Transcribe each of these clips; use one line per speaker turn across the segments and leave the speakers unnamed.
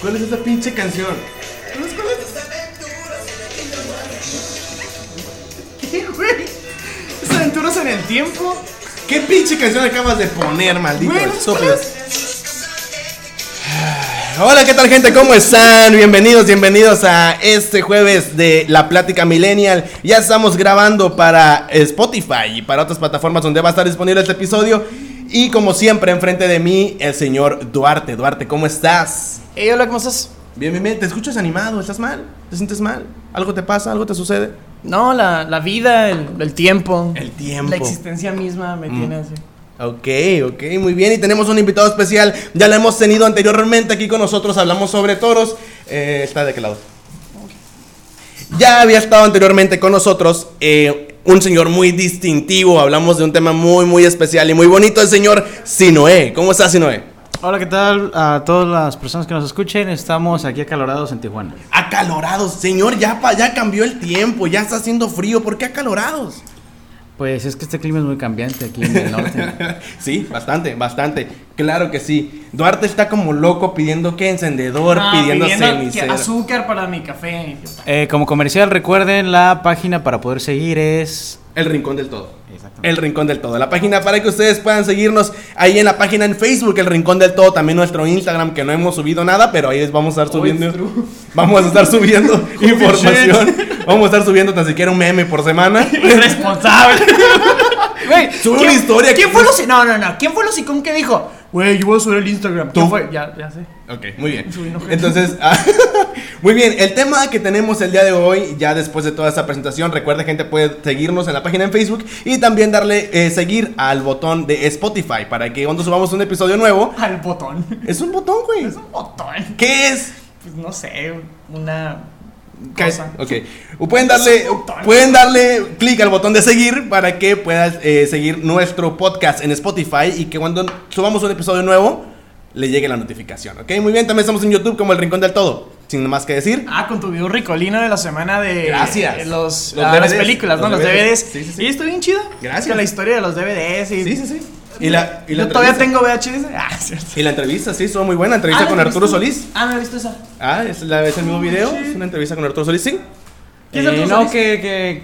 ¿Cuál es esa pinche canción?
¿Sabes cuál es? ¿Qué, güey? ¿Es aventuras en el tiempo?
¿Qué pinche canción acabas de poner, maldito
Güey, ¿no
estúpido?
sabes?
Hola, ¿qué tal gente? ¿Cómo están? Bienvenidos, bienvenidos a este jueves de La Plática Millennial. Ya estamos grabando para Spotify y para otras plataformas donde va a estar disponible este episodio. Y como siempre, enfrente de mí, el señor Duarte. Duarte, ¿cómo estás?
Ey, hola, ¿cómo estás?
Bien, bien, bien. ¿Te escuchas animado? ¿Estás mal? ¿Te sientes mal? ¿Algo te pasa? ¿Algo te sucede?
No, la, la vida, el, el tiempo.
El tiempo. Mm.
La existencia misma me tiene así.
Ok, ok, muy bien. Y tenemos un invitado especial. Ya lo hemos tenido anteriormente aquí con nosotros. Hablamos sobre toros. Eh, ¿Está de qué lado? Ya había estado anteriormente con nosotros eh, un señor muy distintivo. Hablamos de un tema muy, muy especial y muy bonito. El señor Sinoé. ¿Cómo está Sinoé?
Hola, ¿qué tal a todas las personas que nos escuchen? Estamos aquí acalorados en Tijuana.
Acalorados, señor. Ya, pa- ya cambió el tiempo. Ya está haciendo frío. ¿Por qué acalorados?
Pues es que este clima es muy cambiante aquí en el norte.
Sí, bastante, bastante. Claro que sí. Duarte está como loco pidiendo que encendedor,
Ah,
pidiendo,
pidiendo que
cenicero.
azúcar para mi café. idiota.
Eh, como comercial, recuerden la página para poder seguir es...
El rincón del todo. El Rincón del Todo, la página para que ustedes puedan seguirnos ahí en la página en Facebook, El Rincón del Todo, también nuestro Instagram, que no hemos subido nada, pero ahí les vamos a estar
Oh, it's
subiendo.
true.
Vamos a estar subiendo información. Vamos a estar subiendo tan siquiera un meme por semana.
Irresponsable. Güey,
Sube
¿quién-
una historia
¿Quién
que-
fue los No, no, no. ¿Quién fue los hocicón que dijo? Güey, yo voy a subir el Instagram. ¿Quién
Tú.
fue? Ya, ya sé.
Ok, muy bien.
Subí enojado.
Entonces, ah, muy bien, el tema que tenemos el día de hoy, ya después de toda esta presentación, recuerda gente puede seguirnos en la página en Facebook y también darle eh, seguir al botón de Spotify para que cuando subamos un episodio nuevo...
Al botón.
Es un botón, güey.
Es un botón.
¿Qué es?
Pues no sé, una
Ca-
cosa.
Ok. O pueden darle,
Es un botón.
pueden darle clic al botón de seguir para que puedas eh, seguir nuestro podcast en Spotify y que cuando subamos un episodio nuevo le llegue la notificación. Ok, muy bien. También estamos en YouTube como El Rincón del Todo. Sin más que decir.
Ah, con tu video ricolino de la semana de
Gracias.
eh, los,
Los
ah, las
DVDs,
películas, ¿no?
los
Los DVDs.
Sí, sí, sí.
Y estuvo bien chido.
Gracias.
Con la historia de los DVDs y.
sí. Y la, y la
Yo todavía
entrevista.
tengo VHS. Ah, cierto.
Y la entrevista, sí, estuvo muy buena. Entrevista
Ah,
con
¿la
Arturo
viste?
Solís.
Ah, no he visto esa.
Ah, es, la, es el mismo video.
shit.
Es una entrevista con Arturo Solís, sí.
¿Quién es
Eh,
Arturo
no,
Solís?
que, que,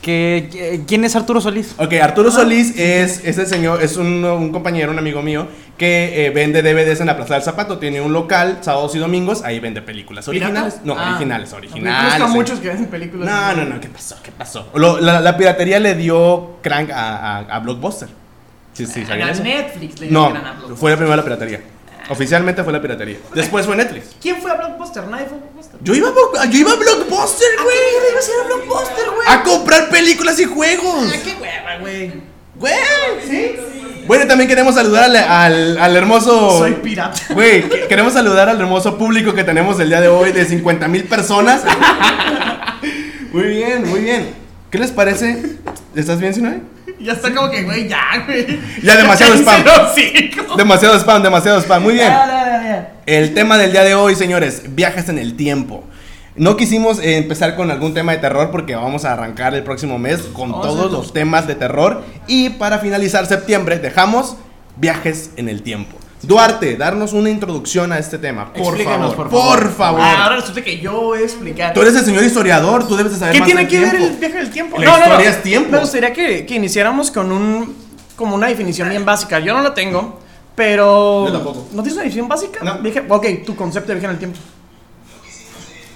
que- que- eh, ¿Quién es Arturo Solís?
Ok, Arturo Solís es, es el señor, es un, un compañero, un amigo mío, que eh, vende DVDs en la Plaza del Zapato. Tiene un local, sábados y domingos, ahí vende películas
¿Pirata?
originales. No,
Ah.
originales,
Yo
originales.
Conozco a
eh.
muchos que hacen películas.
No, no, no, ¿qué pasó? ¿Qué pasó? Lo- la, la piratería le dio crank a, a- a Blockbuster. Sí, sí,
A
¿sabían
la
eso?
Netflix Eh, le
No,
dieron a Blockbuster.
fue la primera la piratería. Oficialmente fue la piratería. Después fue Netflix.
¿Quién fue a Blockbuster? Nadie fue a Blockbuster.
Yo iba a, Block- yo iba a Blockbuster,
¿A qué
güey.
mierda ibas a ir a Blockbuster, güey?
A comprar películas y juegos.
Ah, qué hueva, güey?
Güey.
¿Sí?
Bueno, también queremos saludar al, al- al hermoso.
Oh. Soy pirata.
Güey, que- queremos saludar al hermoso público que tenemos el día de hoy de 50 mil personas. Muy bien, muy bien. ¿Qué les parece? ¿Estás bien, Sinoe?
Ya está como que, güey, ya, güey.
Ya demasiado spam.
Sí,
Demasiado spam, demasiado spam. Muy bien.
Ya, ya, ya, ya.
El tema del día de hoy, señores, viajes en el tiempo. No quisimos eh, empezar con algún tema de terror porque vamos a arrancar el próximo mes con
Vamos a
todos
hacerlo.
los temas de terror. Y para finalizar septiembre, dejamos viajes en el tiempo. Duarte, darnos una introducción a este tema, por
Explícanos,
favor.
por favor.
Por favor.
Ah, ahora resulta que yo voy a explicar.
Tú eres el señor historiador, tú debes de saber
¿Qué
más
tiene
del
que ver
tiempo.
el viaje del tiempo?
La historia es tiempo.
Me gustaría que, que iniciáramos con un como una definición bien básica. Yo no la tengo, pero.
Yo tampoco.
¿No tienes una definición básica?
No.
Viaje- ok, tu concepto de viaje en el tiempo.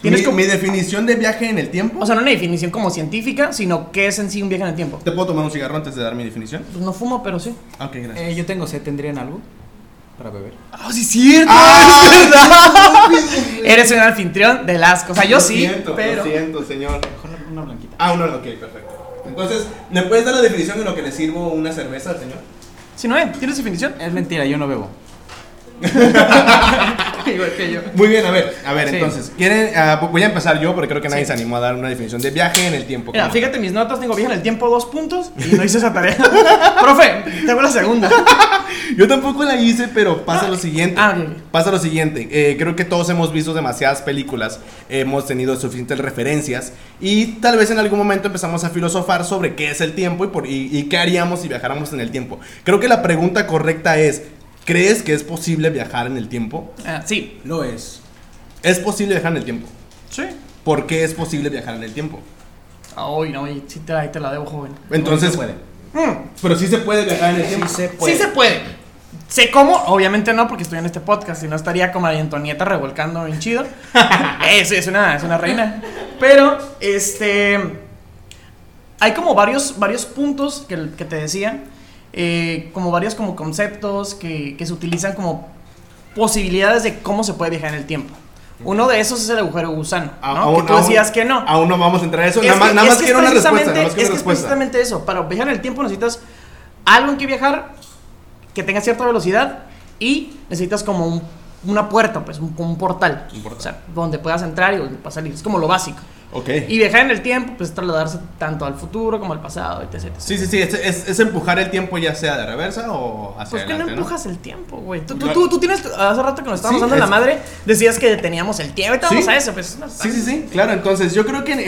Tienes
Mi,
como-
mi definición de viaje en el tiempo.
O sea, no una definición como científica, sino qué es en sí un viaje en el tiempo.
¿Te puedo tomar un cigarro antes de dar mi definición?
Pues no fumo, pero sí.
Ok, gracias.
Eh, yo tengo sed, ¿tendrían algo para beber?
¡Ah, sí, cierto!
¡Ah!
Eres un anfitrión de asco. O sea, yo
Lo
sí,
siento,
pero.
Lo siento, señor.
Mejor una blanquita.
Ah, no, ok, perfecto. Entonces, ¿me puedes dar la definición de lo que le sirvo una cerveza al señor?
Si no, ¿eh? ¿tienes definición?
Es mentira, yo no bebo.
Igual que yo.
Muy bien, a ver, a ver,
Sí.
entonces, ¿quieren? ah, voy a empezar yo porque creo que nadie
Sí.
se animó a dar una definición de viaje en el tiempo.
Mira,
como-
fíjate mis notas, tengo viaje en el tiempo dos puntos y no hice esa tarea. Profe, tengo la segunda.
Yo tampoco la hice, pero pasa lo siguiente.
ah, ok, ok.
Pasa lo siguiente. eh, creo que todos hemos visto demasiadas películas, hemos tenido suficientes referencias y tal vez en algún momento empezamos a filosofar sobre qué es el tiempo y, por, y, y qué haríamos si viajáramos en el tiempo. Creo que la pregunta correcta es, ¿crees que es posible viajar en el tiempo?
Ah, sí,
Lo es.
Es posible viajar en el tiempo.
Sí.
¿Por qué es posible viajar en el tiempo?
Ay, no, y sí te, ahí te la debo, joven.
Entonces,
Mm, pues.
pero sí se puede viajar en el tiempo.
Sí se puede. Sé cómo, obviamente no, porque estoy en este podcast, si no estaría como María Antonieta revolcando bien chido. es, es, una, es una reina. Pero, este. Hay como varios, varios puntos que, que te decía, eh, como varios como conceptos que, que se utilizan como posibilidades de cómo se puede viajar en el tiempo. Uno de esos es el agujero gusano,
A-
Ah, oh, ¿no? que tú decías que no.
Aún no vamos a entrar a eso.
Es
nada más,
que-
nada
es
más
que
quiero
es
una respuesta. Nada más quiero una
precisamente- Es que es
respuesta.
precisamente eso. Para viajar en el tiempo necesitas algo en que viajar que tenga cierta velocidad y necesitas como un- una puerta, pues, un, como un portal.
Un portal.
O sea, donde puedas entrar y donde puedas salir. Es como lo básico.
Ok.
Y viajar en el tiempo, pues, es trasladarse tanto al futuro como al pasado, etc. etc.
Sí, sí, sí. Es, es- es empujar el tiempo ya sea de reversa o hacia
Pues que no
adelante,
empujas el tiempo, güey. Tú, tú,
No.
tú, tú tienes. Hace rato que nos estábamos
Sí,
dando la
es-
madre, decías que deteníamos el tiempo. Ahorita
Sí.
vamos a eso, pues. no,
Sí, sí, sí, claro, entonces yo creo que en,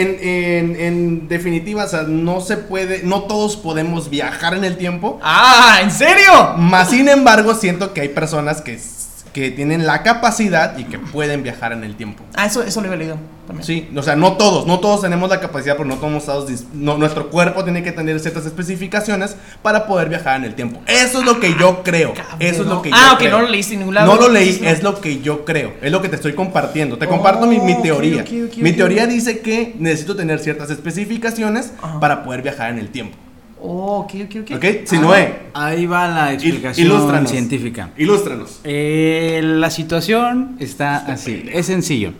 en- en- en definitiva, o sea, no se puede, no todos podemos viajar en el tiempo,
¡Ah! ¿En serio?
más sin embargo siento que hay personas que, s- que tienen la capacidad y que pueden viajar en el tiempo.
Ah, eso, eso lo había leído también.
Sí, o sea, no todos, no todos tenemos la capacidad, pero no todos estamos dis- no, nuestro cuerpo tiene que tener ciertas especificaciones para poder viajar en el tiempo. Eso es lo que yo creo.
Cabrón.
Eso es lo que
Ah,
yo
ok,
creo.
no lo leíste en ningún lado.
No lo leí,
No.
es lo que yo creo, es lo que te estoy compartiendo. Te
Oh,
comparto mi, mi
ok,
teoría.
ok, ok,
mi
ok.
teoría dice que necesito tener ciertas especificaciones
Ajá.
para poder viajar en el tiempo.
Oh, ok, ok, ok.
¿Ok? Si no, eh,
Ahí va la
il-
explicación
ilústranos.
científica.
Ilústranos.
Eh, la situación está así, es sencillo.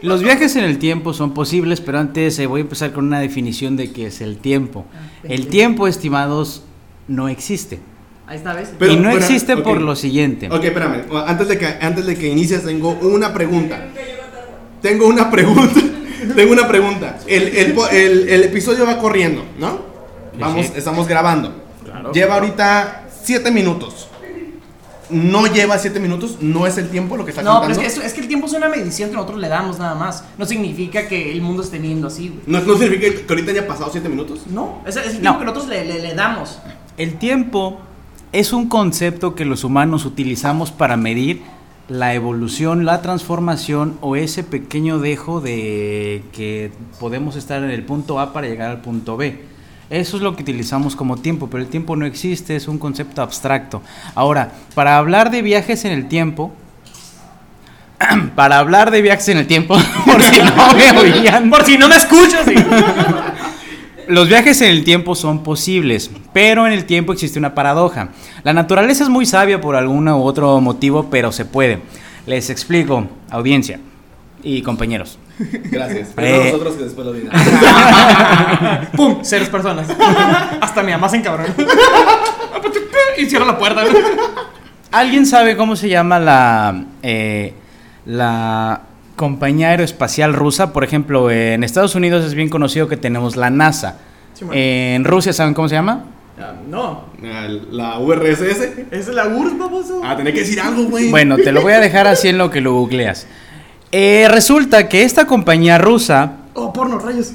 Los viajes en el tiempo son posibles, pero antes eh, voy a empezar con una definición de qué es el tiempo. El
pendejo.
tiempo, estimados, no existe.
Ahí está, ¿ves?
Pero-
y no
pero-
existe
ok.
por lo siguiente.
Ok, espérame. Antes de que, antes de que inicies, tengo una pregunta. Tengo una pregunta. tengo una pregunta. El, el po- el- el episodio va corriendo, ¿no? Vamos,
Sí.
estamos grabando. Lleva ahorita 7 minutos. No lleva 7 minutos, no es el tiempo lo que está
No, pero
contando.
es que, eso- es que el tiempo es una medición que nosotros le damos nada más. No significa que el mundo esté viendo así, güey.
no, no significa que ahorita haya pasado 7 minutos.
No, es, es el
No.
tiempo que nosotros le, le- le damos.
El tiempo es un concepto que los humanos utilizamos para medir la evolución, la transformación o ese pequeño dejo de que podemos estar en el punto A para llegar al punto B. Eso es lo que utilizamos como tiempo, pero el tiempo no existe, es un concepto abstracto. Ahora, para hablar de viajes en el tiempo, para hablar de viajes en el tiempo, por si no me oían.
Por si no me escuchas, sí.
Los viajes en el tiempo son posibles, pero en el tiempo existe una paradoja. La naturaleza es muy sabia por algún u otro motivo, pero se puede. Les explico, audiencia y compañeros.
Gracias.
Primero Eh.
nosotros que después lo digan.
Pum, seres personas. Hasta mi mamá se encabronó. y cierra la puerta.
¿Alguien sabe cómo se llama la, eh, la compañía aeroespacial rusa? Por ejemplo, en Estados Unidos es bien conocido que tenemos la NASA.
Sí, bueno.
En Rusia, ¿saben cómo se llama?
Ah, no,
La URSS.
es la URSS, baboso.
Ah, tenés que decir algo, güey.
Bueno, te lo voy a dejar así en lo que lo googleas. Eh, resulta que esta compañía rusa
Oh, porno, rayos.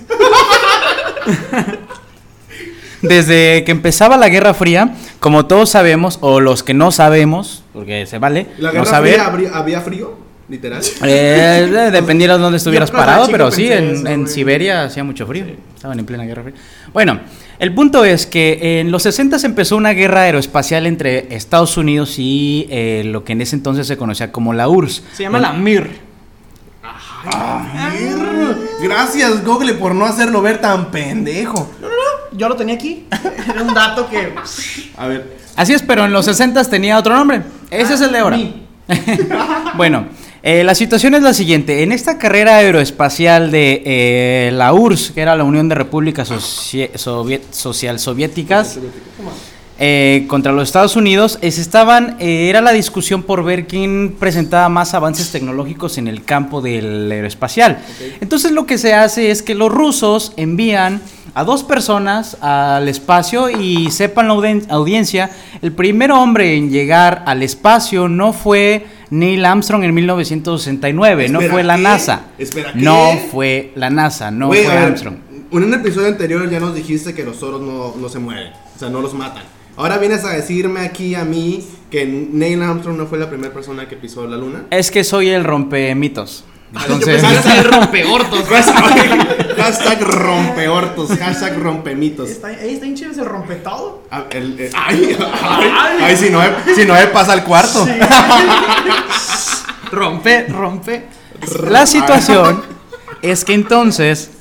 Desde que empezaba la Guerra Fría, como todos sabemos, o los que no sabemos, porque se vale,
¿La
no
guerra
saber,
fría habría- había frío? Literal.
eh, eh, dependiera de dónde estuvieras
Yo cuando
parado,
era
pero
chico
sí,
pensé
en,
eso,
en
güey.
Siberia hacía mucho frío, estaban en plena Guerra Fría. Bueno, el punto es que en los 60 empezó una guerra aeroespacial entre Estados Unidos y eh, lo que en ese entonces se conocía como la URSS.
Se llama la MIR.
Gracias, Google, por no hacerlo ver tan pendejo.
Yo lo tenía aquí. Era un dato que.
A ver.
Así es, pero en los 60 tenía otro nombre. Ese es el de ahora.
Mi.
bueno, eh, la situación es la siguiente. En esta carrera aeroespacial de eh, la URSS, que era la Unión de Repúblicas Socie- Soviet- Social Soviéticas, eh, contra los Estados Unidos, eh, se estaban, eh, era la discusión por ver quién presentaba más avances tecnológicos en el campo del aeroespacial. Entonces lo que se hace es que los rusos envían a dos personas al espacio y sepan la auden- audiencia, el primer hombre en llegar al espacio no fue Neil Armstrong en 1969, no
Espera,
fue la
¿qué?
NASA.
Espera,
no
¿qué?
fue la NASA, no
Güey,
fue
a ver,
Armstrong.
En un episodio anterior ya nos dijiste que los zorros no, no se mueren. O sea, no los matan. Ahora vienes a decirme aquí a mí que Neil Armstrong no fue la primera persona que pisó la luna.
Es que soy el rompe mitos.
Ah,
Entonces,
Van a salir rompegordos.
Hashtag, hashtag rompehortos, hashtag rompemitos.
Está, ey, está bien chido ese rompetado.
Ah, el- eh, ay, ay, ay, si no si Noé pasa al cuarto.
Rompe, rompe.
Pues, la situación es que entonces,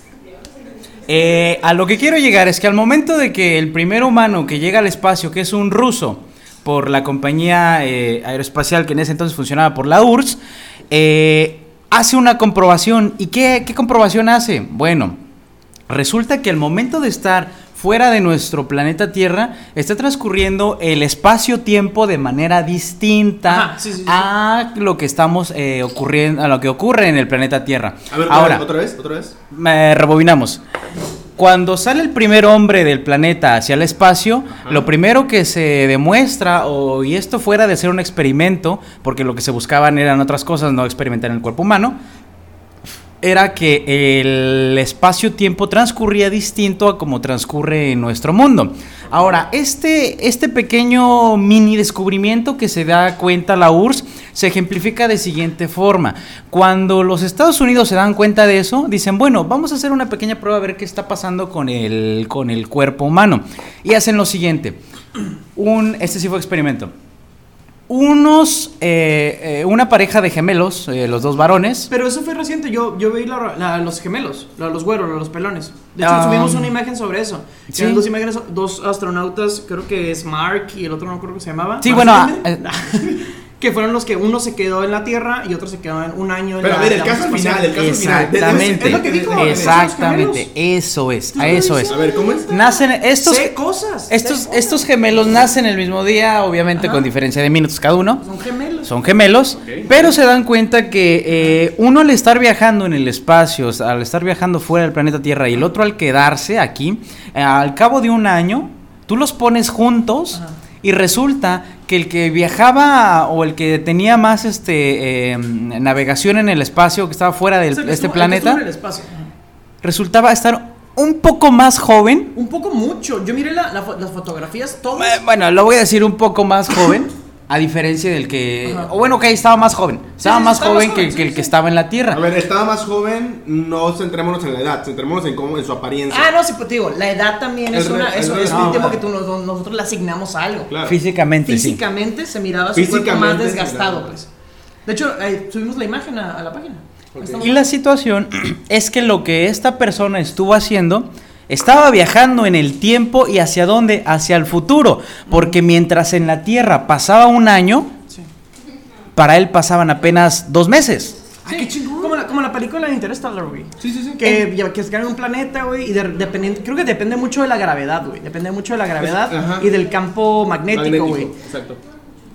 eh, a lo que quiero llegar es que al momento de que el primer humano que llega al espacio, que es un ruso, por la compañía eh, aeroespacial que en ese entonces funcionaba por la URSS, eh, hace una comprobación. ¿Y qué, qué comprobación hace? Bueno, resulta que al momento de estar fuera de nuestro planeta Tierra, está transcurriendo el espacio-tiempo de manera distinta
Ajá, sí, sí, sí.
a lo que estamos eh, ocurriendo, a lo que ocurre en el planeta Tierra.
A ver,
Ahora,
otra vez, otra vez.
eh, rebobinamos. Cuando sale el primer hombre del planeta hacia el espacio, lo primero que se demuestra, o, y esto fuera de ser un experimento, porque lo que se buscaban eran otras cosas, no experimentar en el cuerpo humano, era que el espacio-tiempo transcurría distinto a como transcurre en nuestro mundo. Ahora, este, este pequeño mini descubrimiento que se da cuenta la URSS se ejemplifica de siguiente forma. Cuando los Estados Unidos se dan cuenta de eso, dicen, bueno, vamos a hacer una pequeña prueba a ver qué está pasando con el, con el cuerpo humano. Y hacen lo siguiente. Un, este sí fue experimento. Unos, eh, eh, una pareja de gemelos, eh, los dos varones,
Pero eso fue reciente. Yo, yo vi la- la- los gemelos, la- los güeros, los pelones. De hecho,
Ah.
subimos una imagen sobre eso. Que
Sí.
eran dos imágenes, dos astronautas, creo que es Mark y el otro no creo que se llamaba.
Sí,
¿Mark
bueno, ah,
Stevens? que fueron los que uno se quedó en la Tierra y otro se quedó en un año en
Pero
la
a ver, el
la
caso
base
al final,
espacial.
el caso al final. de- de-
Exactamente.
es lo que dijo, de-
Exactamente. Eso es. A eso es.
A ver, ¿cómo es?
Nacen estos.
Sé cosas. sé
Estos,
cosas.
estos gemelos nacen el mismo día, obviamente
Ajá.
con diferencia de minutos cada uno.
Son gemelos.
Son gemelos, pero se dan cuenta que eh, uno al estar viajando en el espacio, o sea, al estar viajando fuera del planeta Tierra y el otro al quedarse aquí, eh, al cabo de un año, tú los pones juntos
Ajá.
y resulta que el que viajaba o el que tenía más este eh, navegación en el espacio, que estaba fuera de
O sea, que
este
estuvo-
planeta,
estuvo en el espacio.
resultaba estar un poco más joven.
Un poco mucho. Yo miré la- la fo- las fotografías, todo.
Eh, Bueno, lo voy a decir un poco más joven. A diferencia del que.
Ajá.
o Bueno, que estaba más joven. Estaba
sí,
más
estaba
joven
más joven,
que, que el
sí, sí.
que estaba en la Tierra.
A ver, estaba más joven, no centrémonos en la edad, centrémonos en cómo, en su apariencia.
Ah, no, sí, pues te digo, la edad también es,
Es re-
una,
es
es,
re-
es
no,
un
claro.
tema que tú, nos- nosotros le asignamos a algo.
Claro.
Físicamente,
Físicamente se miraba su cuerpo más
Físicamente,
desgastado,
claro.
pues. De hecho, eh, subimos la imagen a, a la página. Ahí
sí.
estamos.
Y la situación es que lo que esta persona estuvo haciendo. Estaba viajando en el tiempo y hacia dónde? Hacia el futuro. Porque mientras en la Tierra pasaba un año,
Sí.
para él pasaban apenas dos meses.
Ah, qué chingón. Como la, como la película de Interstellar, güey.
Sí, sí, sí.
Que, ya- que se cae en un planeta, güey, y de- dependiendo, creo que depende mucho de la gravedad, güey. Depende mucho de la gravedad
ajá.
y del campo magnético, güey.
Exacto.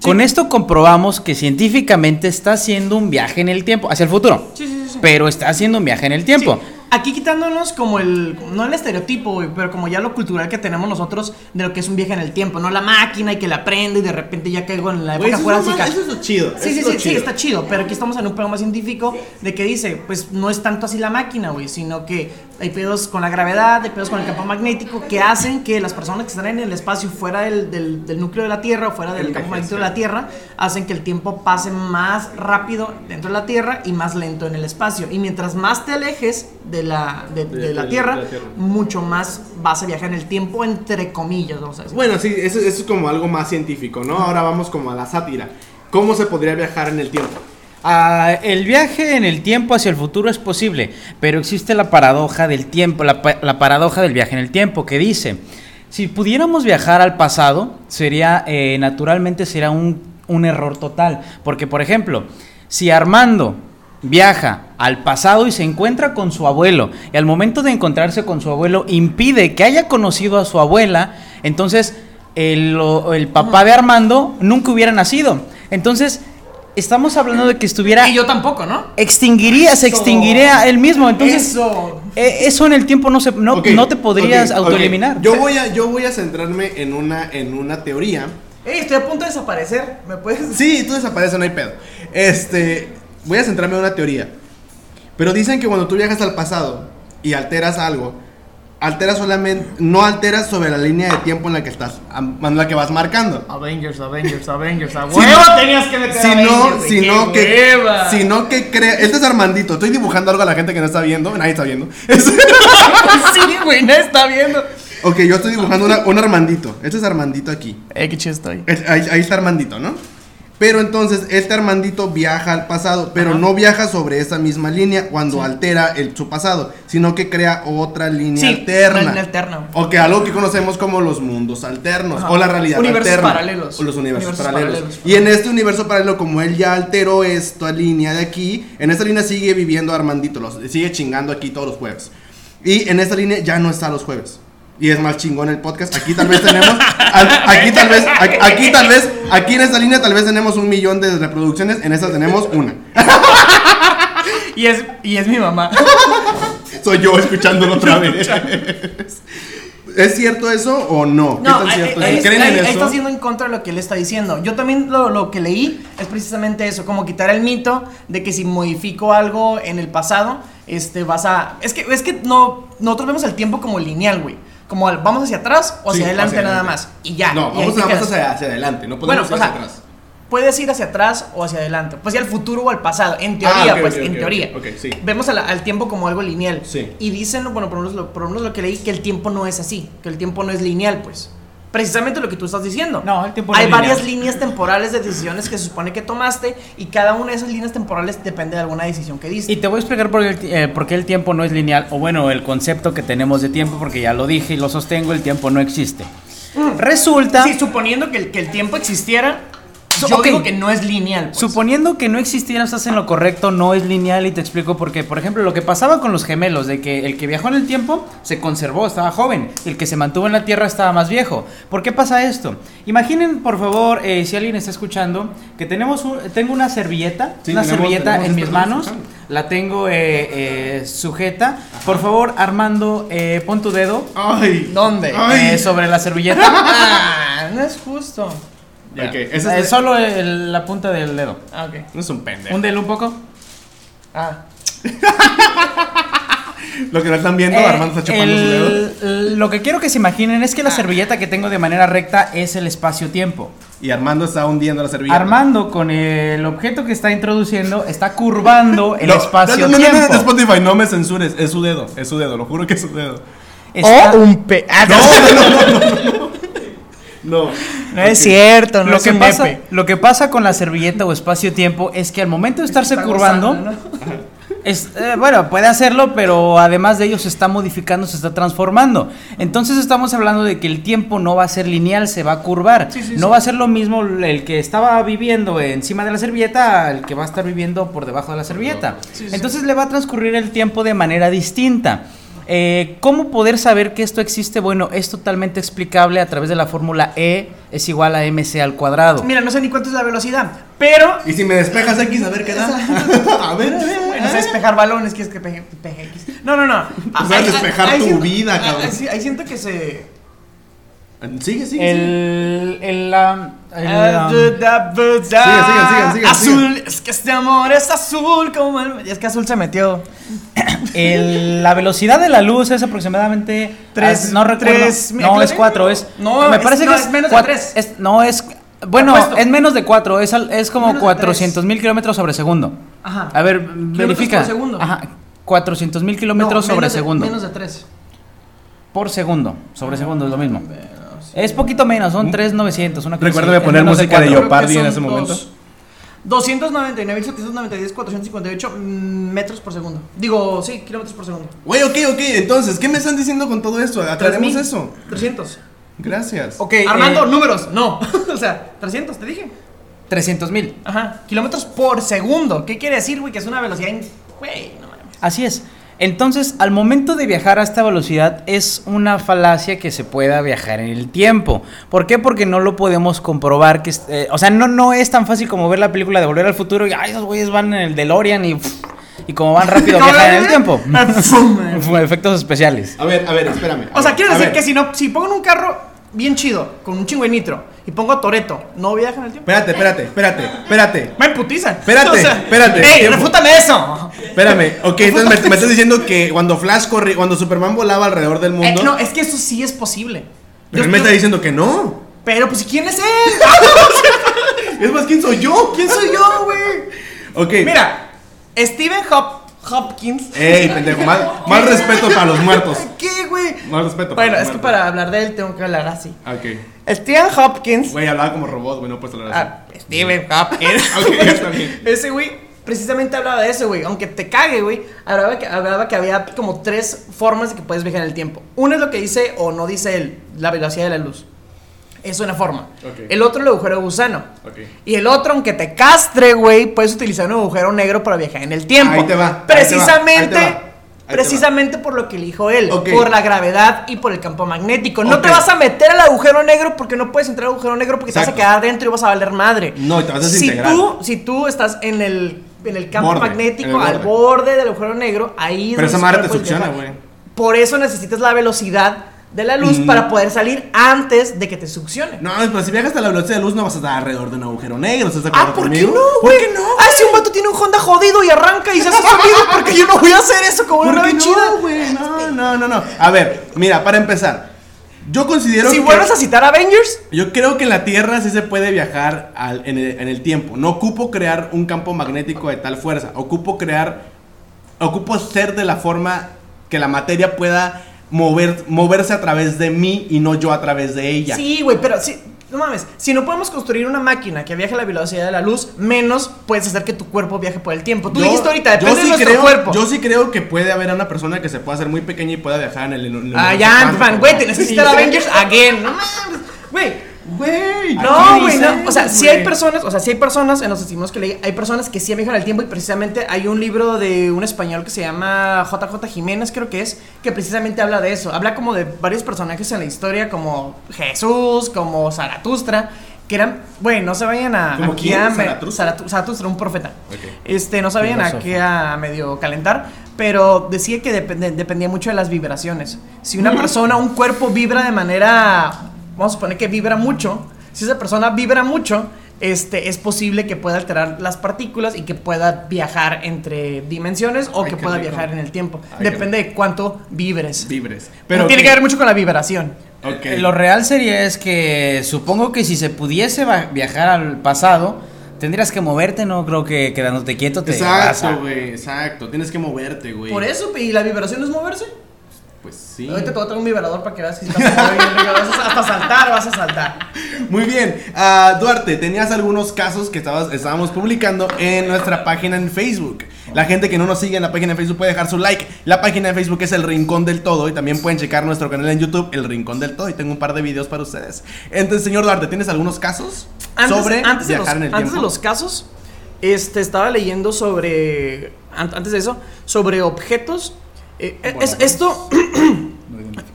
Con esto comprobamos que científicamente está haciendo un viaje en el tiempo, hacia el futuro.
Sí, sí, sí, sí.
Pero está haciendo un viaje en el tiempo.
Sí, Aquí quitándonos como el, no el estereotipo, güey, pero como ya lo cultural que tenemos nosotros de lo que es un viaje en el tiempo, no la máquina y que la prende y de repente ya caigo en la
Güey,
época
eso, es lo
jurásica.
más- eso es lo chido. eso
Sí, sí,
es lo
sí, sí,
chido.
está chido, pero aquí estamos en un pedo más científico de que dice, pues no es tanto así la máquina, güey, sino que hay pedos con la gravedad, hay pedos con el campo magnético que hacen que las personas que están en el espacio fuera del, del- del núcleo de la Tierra o fuera del campo magnético de la Tierra, hacen que el tiempo pase más rápido dentro de la Tierra y más lento en el espacio. Y mientras más te alejes de la, de, de
de
la
la-
Tierra,
de la Tierra.
mucho más vas a viajar en el tiempo, entre comillas, vamos a decir.
Bueno, sí, eso, eso es como algo más científico, ¿no? Ahora vamos como a la sátira. ¿Cómo se podría viajar en el tiempo?
Ah, el viaje en el tiempo hacia el futuro es posible, pero existe la paradoja del tiempo, la, pa- la paradoja del viaje en el tiempo, que dice, si pudiéramos viajar al pasado, sería, eh, naturalmente será un, un error total, porque por ejemplo, si Armando viaja al pasado y se encuentra con su abuelo, y al momento de encontrarse con su abuelo impide que haya conocido a su abuela, entonces el, o- el papá de Armando nunca hubiera nacido. Entonces, estamos hablando de que estuviera
Y yo tampoco, ¿no?
extinguiría, se
Eso.
extinguiría él mismo. Entonces, eso,
Eso.
eso en el tiempo no, se, no,
Ok,
no te podrías
ok, ok.
autoeliminar.
Yo voy a, yo voy a centrarme en una, en una teoría.
Ey, estoy a punto de desaparecer. ¿Me puedes.?
Sí, tú desapareces, no hay pedo. Este, voy a centrarme en una teoría. Pero dicen que cuando tú viajas al pasado y alteras algo, altera solamente, no alteras sobre la línea de tiempo en la que estás, en la que vas marcando.
Avengers, Avengers, Avengers. A
Si
huevo
no-
tenías que meter
Si no,
Avengers.
si
qué
no que,
hueva.
si no que crea, este es Armandito, estoy dibujando algo a la gente que no está viendo, nadie está viendo.
sí, güey, nadie está viendo.
ok, yo estoy dibujando una- un Armandito, este es Armandito aquí.
Eh, qué chido estoy.
Es- ahí, ahí está Armandito, ¿no? Pero entonces este Armandito viaja al pasado, pero
Ajá.
no viaja sobre esa misma línea cuando altera el, su pasado, sino que crea otra línea
Sí,
alterna.
una línea alterna.
O que algo que conocemos como los mundos alternos
Ajá.
o la realidad
Universos
alterna.
paralelos.
O los universos,
Universos
paralelos.
paralelos.
Y en este universo paralelo, como él ya alteró esta línea de aquí, en esta línea sigue viviendo Armandito, los, sigue chingando aquí todos los jueves. Y en esta línea ya no está los jueves. Y es más chingón el podcast. Aquí tal vez tenemos. al- Aquí tal vez. Aquí, aquí tal vez. Aquí en esta línea tal vez tenemos un millón de reproducciones. En esta tenemos una.
Y es, y es mi mamá.
Soy yo escuchándolo otra vez. ¿Es cierto eso o no? ¿Qué
No,
tan
ahí-
cierto
ahí-
es?
ahí-
¿Creen
ahí-
en
ahí
eso?
está siendo en contra de lo que él está diciendo. Yo también lo, lo que leí es precisamente eso, como quitar el mito de que si modifico algo en el pasado, este, vas a... Es que, es que no, nosotros vemos el tiempo como lineal, güey. Como al- vamos hacia atrás o hacia
Sí,
adelante
hacia
nada
adelante.
más. Y ya.
No,
y ahí
vamos
te
nada más
quedas.
hacia, hacia adelante, no
Bueno,
podemos
o
ir
sea,
hacia atrás.
puedes ir hacia atrás o hacia adelante. Puedes ir al futuro o al pasado. En
Ah,
teoría,
ok,
pues,
ok,
en
ok,
teoría.
ok, sí.
Vemos a la- al tiempo como algo lineal.
Sí.
Y dicen, bueno, por lo, menos lo, por lo menos lo que leí, que el tiempo no es así. Que el tiempo no es lineal, pues. Precisamente lo que tú estás diciendo.
No, el tiempo no
Hay
es
varias
lineal.
líneas temporales de decisiones que se supone que tomaste y cada una de esas líneas temporales depende de alguna decisión que diste.
Y te voy a explicar por qué, el, ti- eh, por qué el tiempo no es lineal, o bueno, el concepto que tenemos de tiempo, porque ya lo dije y lo sostengo, el tiempo no existe.
Mm.
Resulta,
Sí, suponiendo que el, que el tiempo existiera,
So,
yo
ok.
digo que no es lineal. pues.
suponiendo que no existiera, estás en lo correcto, no es lineal y te explico por qué. Por ejemplo, lo que pasaba con los gemelos, de que el que viajó en el tiempo se conservó, estaba joven, y el que se mantuvo en la Tierra estaba más viejo. ¿Por qué pasa esto? Imaginen, por favor, eh, si alguien está escuchando, que tenemos un- tengo una servilleta,
Sí,
una
tenemos-
servilleta
tenemos personas
en mis manos.
escuchando.
La tengo eh, eh, sujeta. Por favor, Armando, eh, pon tu dedo
Ay.
¿Dónde?
Ay.
eh, sobre la servilleta.
Ah, no es justo.
Ya. Ok,
Es
esa es-
solo el- la punta del dedo.
Ah, ok.
No es un pendejo.
Húndelo un poco.
Ah.
Lo que no están viendo,
Eh,
Armando está chupando su
el-
dedo.
el- Lo que quiero que se imaginen es que la
Ah.
servilleta que tengo de manera recta es el espacio-tiempo.
Y Armando está hundiendo la servilleta.
Armando, con el objeto que está introduciendo, está curvando
No, No, no, no,
el
no, no,
espacio-tiempo.
Spotify, no me censures. Es su dedo, es su dedo, lo juro que es su dedo. Oh,
Está-
un pe. Ah,
No, no, no, no, no, no. No.
No es cierto, no
lo,
es
que
un
pasa,
nepe.
lo que pasa con la servilleta o espacio-tiempo es que al momento de estarse
Está
curvando,
gozando, ¿no?
es, eh, bueno, puede hacerlo, pero además de ello se está modificando, se está transformando. Entonces estamos hablando de que el tiempo no va a ser lineal, se va a curvar.
Sí, sí,
no
sí.
va a ser lo mismo el que estaba viviendo encima de la servilleta al que va a estar viviendo por debajo de la servilleta.
Sí, sí.
Entonces le va a transcurrir el tiempo de manera distinta. Eh, ¿Cómo poder saber que esto existe? Bueno, es totalmente explicable a través de la fórmula E es igual a mc al cuadrado.
Mira, no sé ni cuánto es la velocidad, pero.
Y si me despejas X, a ver qué da. A ver, Ah, a ver.
Bueno, sé despejar balones, quieres que pegue, pegue X. No, no, no. Ah,
sea,
ahí-
despejar
ahí
tu
siento-
vida,
ah,
cabrón.
ahí sí- Ahí siento que se.
Sigue, sigue. sigue.
El, el, la- el,
Ah,
la-
da, da,
sigan,
da.
sigan, sigan,
Azul, es que este amor es azul como el. Es que azul se metió.
El- la velocidad de la luz es aproximadamente
Tres-
ah, no recuerdo.
tres mil-
no, es 4, es
No,
me
es-
parece
no,
que
es menos de
cua-
tres.
es- no es bueno,
Apuesto.
es menos de 4, es, al- es como
Menos de
400 mil kilómetros sobre segundo.
Ajá.
A ver,
por
verifica.
segundo.
Ajá, 400 mil kilómetros
No,
sobre
menos de-
segundo.
Menos de tres.
Por segundo, sobre segundo es lo mismo. Es poquito menos, son 3,900. una cosa
Recuérdame
así, es
poner
menos
música de
cuatro.
Yo
Creo que
Pardi en
son
ese momento.
dos- 299.796.458 metros por segundo. Digo, sí, kilómetros por segundo.
Güey, ok, ok. Entonces, ¿qué me están diciendo con todo esto? Aclaremos
3000.
eso.
300.
Gracias.
Ok, eh,
Armando, números. No. o sea, 300, te dije.
300 mil.
Ajá. Kilómetros por segundo. ¿Qué quiere decir, güey? Que es una velocidad. in- Güey, no mames.
Así es. Entonces, al momento de viajar a esta velocidad, es una falacia que se pueda viajar en el tiempo. ¿Por qué? Porque no lo podemos comprobar. Que, es- eh, o sea, no, no es tan fácil como ver la película de Volver al Futuro y, ay, esos güeyes van en el DeLorean y, pff, y como van rápido viajan en el tiempo. Fue Efectos especiales.
A ver, a ver, espérame.
Ah, o sea, quiere
quiero
decir que si no, si pongo en un carro bien chido, con un chingo de nitro, y pongo Toreto, no viaja en el tiempo.
Espérate, espérate, espérate, espérate.
Me putiza.
Espérate, espérate.
¡Ey,
Tiempo.
refútame eso!
Espérame, ok, entonces me, me estás diciendo que cuando Flash corría, cuando Superman volaba alrededor del
Eh,
mundo,
no, es que eso sí es posible.
pero
Yo-
él me
yo-
está diciendo que no.
Pero pues ¿quién es él?
Es más, ¿quién soy yo?
¿Quién soy yo, güey?
Ok.
Mira, Steven Hop- Hopkins.
Ey, pendejo, más, más respeto para los muertos.
¿Qué, güey?
Más respeto para
Bueno,
los
es que
muertos.
para hablar de él tengo que hablar así.
Ah, Ok.
Steven Hopkins.
Güey, hablaba como robot, güey, no puedes hablar así.
Ah, Steven Hopkins.
Ok, ya está bien.
Ese güey precisamente hablaba de eso, güey. Aunque te cague, güey. Hablaba que, hablaba que había como tres formas de que puedes viajar en el tiempo. Una es lo que dice o no dice él, la velocidad de la luz. Es una forma.
Ok.
El otro, el agujero de gusano.
Ok.
Y el otro, aunque te castre, güey, puedes utilizar un agujero negro para viajar en el tiempo.
Ahí te va, ahí te va,
Precisamente.
ahí te va, ahí te va.
Precisamente por lo que elijo él,
Ok.
por la gravedad y por el campo magnético. No
Ok.
te vas a meter al agujero negro porque no puedes entrar al agujero negro porque te
Exacto.
vas a quedar dentro y vas a valer madre.
No, y te vas a
si
desintegrar.
tú, si tú estás en el, en el campo
Borde,
magnético,
en el
al borde del agujero negro, ahí es
Pero esa
donde se
madre
puede
te
pues,
succiona,
viajar.
güey.
Por eso necesitas la velocidad de la luz
Mm.
para poder salir antes de que te succione.
No, pero si viajas a la velocidad de luz no vas a estar alrededor de un agujero negro, ¿estás de acuerdo
Ah, ¿por qué
conmigo?
no, güey? Ah, si un vato tiene un Honda jodido y arranca y se hace su amigo, porque yo no voy a hacer eso como
¿Por
una
qué
vez chida.
no, güey? No, no, no, no. A ver, mira, para empezar. Yo considero
Si
que...
vuelves a citar Avengers,
Yo creo que en la Tierra sí se puede viajar al- en, el, en el tiempo. No ocupo crear un campo magnético de tal fuerza. Ocupo crear. Ocupo ser de la forma que la materia pueda mover, moverse a través de mí y no yo a través de ella.
Sí, güey, pero sí. No mames, si no podemos construir una máquina que viaje a la velocidad de la luz, menos puedes hacer que tu cuerpo viaje por el tiempo. Tú
Yo-
dijiste ahorita,
yo sí
depende de nuestro
creo-
cuerpo.
Yo sí creo que puede haber una persona que se pueda hacer muy pequeña y pueda viajar en el. en el-
ah,
en
ya,
el-
Ant-Man, güey, te necesitas Avengers again. No mames, güey.
Güey.
No,
aquí
güey,
dice,
no. O sea, sí
güey.
hay personas, o sea, sí hay personas en los estímulos que leí, hay personas que sí viajan al tiempo y precisamente hay un libro de un español que se llama JJ Jiménez, creo que es, que precisamente habla de eso. Habla como de varios personajes en la historia, como Jesús, como Zaratustra, que eran, güey, no se vayan a.
¿Como
aquí
quién?
a me-
¿Zaratustra?
Zaratu- Zaratustra, un profeta.
Ok.
Este, no sabían a
Filósofo.
qué a medio calentar, pero decía que depende- dependía mucho de las vibraciones. Si una persona, un cuerpo vibra de manera, vamos a suponer que vibra mucho, si esa persona vibra mucho, este, es posible que pueda alterar las partículas y que pueda viajar entre dimensiones o
Ay,
que
qué
pueda
rico.
viajar en el tiempo.
Ay, qué
Depende de cuánto vibres.
Vibres.
Pero tiene que ver mucho con la vibración.
Ok.
Eh, Lo real sería es que supongo que si se pudiese va- viajar al pasado, tendrías que moverte, no creo que quedándote quieto te vas a-
Exacto, güey, exacto. Tienes que moverte, güey.
Por eso, y la vibración es moverse.
Pues sí.
Ahorita te voy a traer un vibrador para que veas si estás moviendo, vas a- hasta saltar, vas a saltar.
Muy bien. Ah, Duarte, tenías algunos casos que estabas, estábamos publicando en nuestra página en Facebook. La gente que no nos sigue en la página en Facebook puede dejar su like. La página en Facebook es El Rincón del Todo y también pueden checar nuestro canal en YouTube, El Rincón del Todo. Y tengo un par de videos para ustedes. Entonces, señor Duarte, ¿tienes algunos casos
antes,
sobre
antes de los,
viajar en el
antes de
tiempo?
los casos, este, estaba leyendo sobre, an- antes de eso, sobre objetos. Eh, eh, es-
pues.
esto,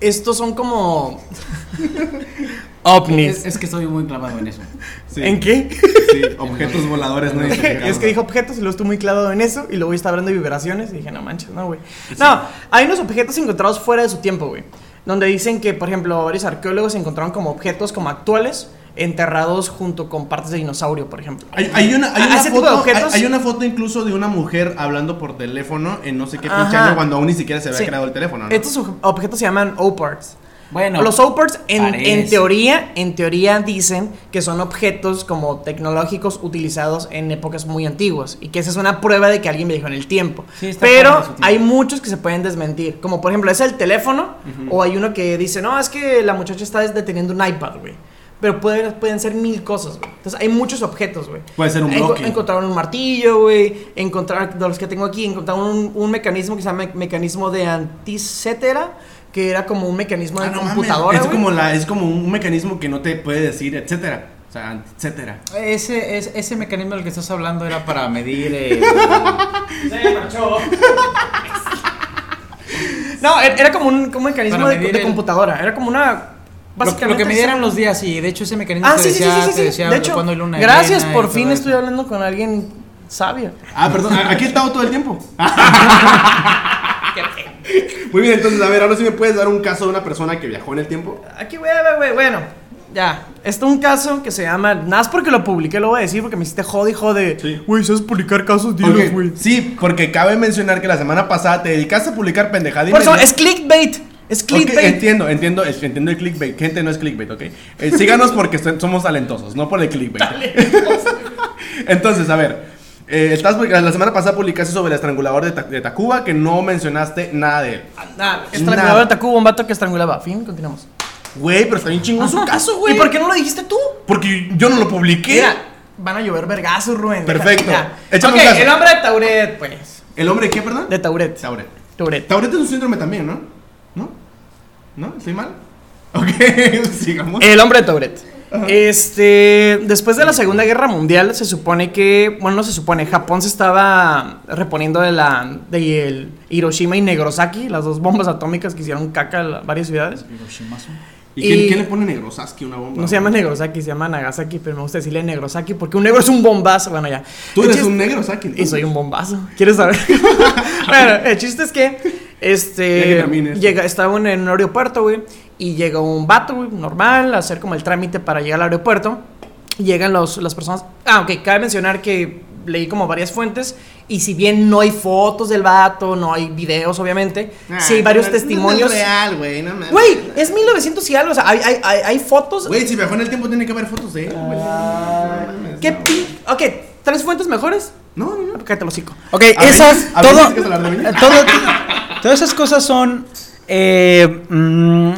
estos son como ovnis.
Es, es que estoy muy clavado en eso.
Sí,
¿En qué?
sí, objetos voladores no identificados.
es que dijo objetos y luego estuve muy clavado en eso y luego está hablando de vibraciones y dije, no manches, no, güey. No, hay unos objetos encontrados fuera de su tiempo, güey. Donde dicen que, por ejemplo, varios arqueólogos encontraron como objetos como actuales enterrados junto con partes de dinosaurio, por ejemplo.
Hay, hay una, hay
¿A-
una
ese tipo de
foto, hay,
objetos?
hay una foto incluso de una mujer hablando por teléfono en no sé qué pinche
Ajá.
año cuando aún ni siquiera se había
Sí.
creado el teléfono. ¿no?
Estos ob- objetos se llaman O-parts.
Bueno,
Los O-parts en,
parece.
en teoría, en teoría dicen que son objetos como tecnológicos utilizados en épocas muy antiguas y que esa es una prueba de que alguien viajó en el tiempo.
Sí, está fuera
Pero
de su tiempo.
hay muchos que se pueden desmentir, como por ejemplo es el teléfono o hay uno que dice, "No, es que la muchacha está deteniendo un iPad, güey." Pero pueden, pueden ser mil cosas, güey. Entonces hay muchos objetos, güey.
Puede ser un
Enco-
bloque.
Encontraron un martillo, güey. Encontraron, de los que tengo aquí, encontraron un, un mecanismo que se llama me- mecanismo de anticétera, que era como un mecanismo de
Ah, no mames,
computadora.
Es
güey.
como, la, es como un mecanismo que no te puede decir, etcétera. O sea, etcétera.
ese, es- ese mecanismo del que estás hablando era para medir. eh,
No, er- era como un, como un mecanismo
Para
de,
medir
de
el-
computadora. Era como una.
lo, lo que
básicamente-
midieran los días, y de hecho ese mecanismo
Ah,
te
sí, sí, sí,
decía,
sí,
te
sí,
decía
De hecho,
cuándo hay luna
gracias,
llena y
por
todo
fin
eso.
estoy hablando con alguien sabio.
Ah, perdón, a- aquí he estado todo el tiempo.
Ah,
Muy bien, entonces, a ver, ahora sí me puedes dar un caso de una persona que viajó en el tiempo.
Aquí, güey, güey, güey, bueno. ya. Está un caso que se llama. Nada más porque lo publiqué, lo voy a decir porque me hiciste jode y jode.
Sí.
Güey, ¿sabes publicar casos?
Ok,
Dilos, güey.
Sí, porque cabe mencionar que la semana pasada te dedicaste a publicar pendejada y
Por eso,
media.
es clickbait. Es
Ok,
clickbait.
entiendo, entiendo, es- entiendo el clickbait. Gente, no es clickbait, ok. Eh, síganos porque so- somos talentosos, no por el clickbait. Entonces, a ver. eh, estás, public- la semana pasada publicaste sobre el estrangulador de, Ta- de Tacuba que no mencionaste nada de él.
Nada, estrangulador
Nada.
de Tacuba, un vato que estrangulaba. Fin, continuamos.
Güey, pero está bien chingón su caso, güey.
¿Y por qué no lo dijiste tú?
Porque yo no lo publiqué.
Mira, van a llover vergazos, Rubén.
Perfecto.
Ya.
Échame
Ok,
un caso.
el hombre de Tauret, pues.
¿El hombre qué, perdón?
De Tauret.
Tauret.
Tauret.
Tauret es un síndrome también, ¿no? ¿No? ¿No? ¿Estoy mal? Ok, sigamos.
El hombre de Tauret. Este, después de la Segunda Guerra Mundial, se supone que, bueno, no se supone, Japón se estaba reponiendo de la de el Hiroshima y Negrosaki, las dos bombas atómicas que hicieron caca a la- varias ciudades.
¿Y, quién-
y-
quién le pone Negrosaski a una bomba?
No se llama Negrosaki, se llama Nagasaki, pero me gusta decirle Negrosaki porque un negro es un bombazo. Bueno, ya.
Tú
El
eres
chiste-
un Negrosaki.
Y soy un bombazo. ¿Quieres saber? bueno, el chiste es que.
Ya que
Este.
termine esto.
llega, estaba en en un aeropuerto, güey. Y llega un vato, güey, normal, a hacer como el trámite para llegar al aeropuerto. y Llegan los, las personas. Ah, ok, cabe mencionar que leí como varias fuentes. Y si bien no hay fotos del vato, no hay videos, obviamente, sí
Ah,
hay varios testimonios.
real, güey. No mames.
Güey, es 1900 y algo. O sea, hay, hay, hay, hay fotos.
Güey, si viajó en el tiempo tiene que haber fotos de él, güey.
¿Qué pi- Ok, ¿tres fuentes mejores?
No, no, no.
Cállate el hocico.
Ok,
A ver,
esas.
a ver,
todo,
¿sí que se la arreglé?
todo- todas esas cosas son. eh, mm,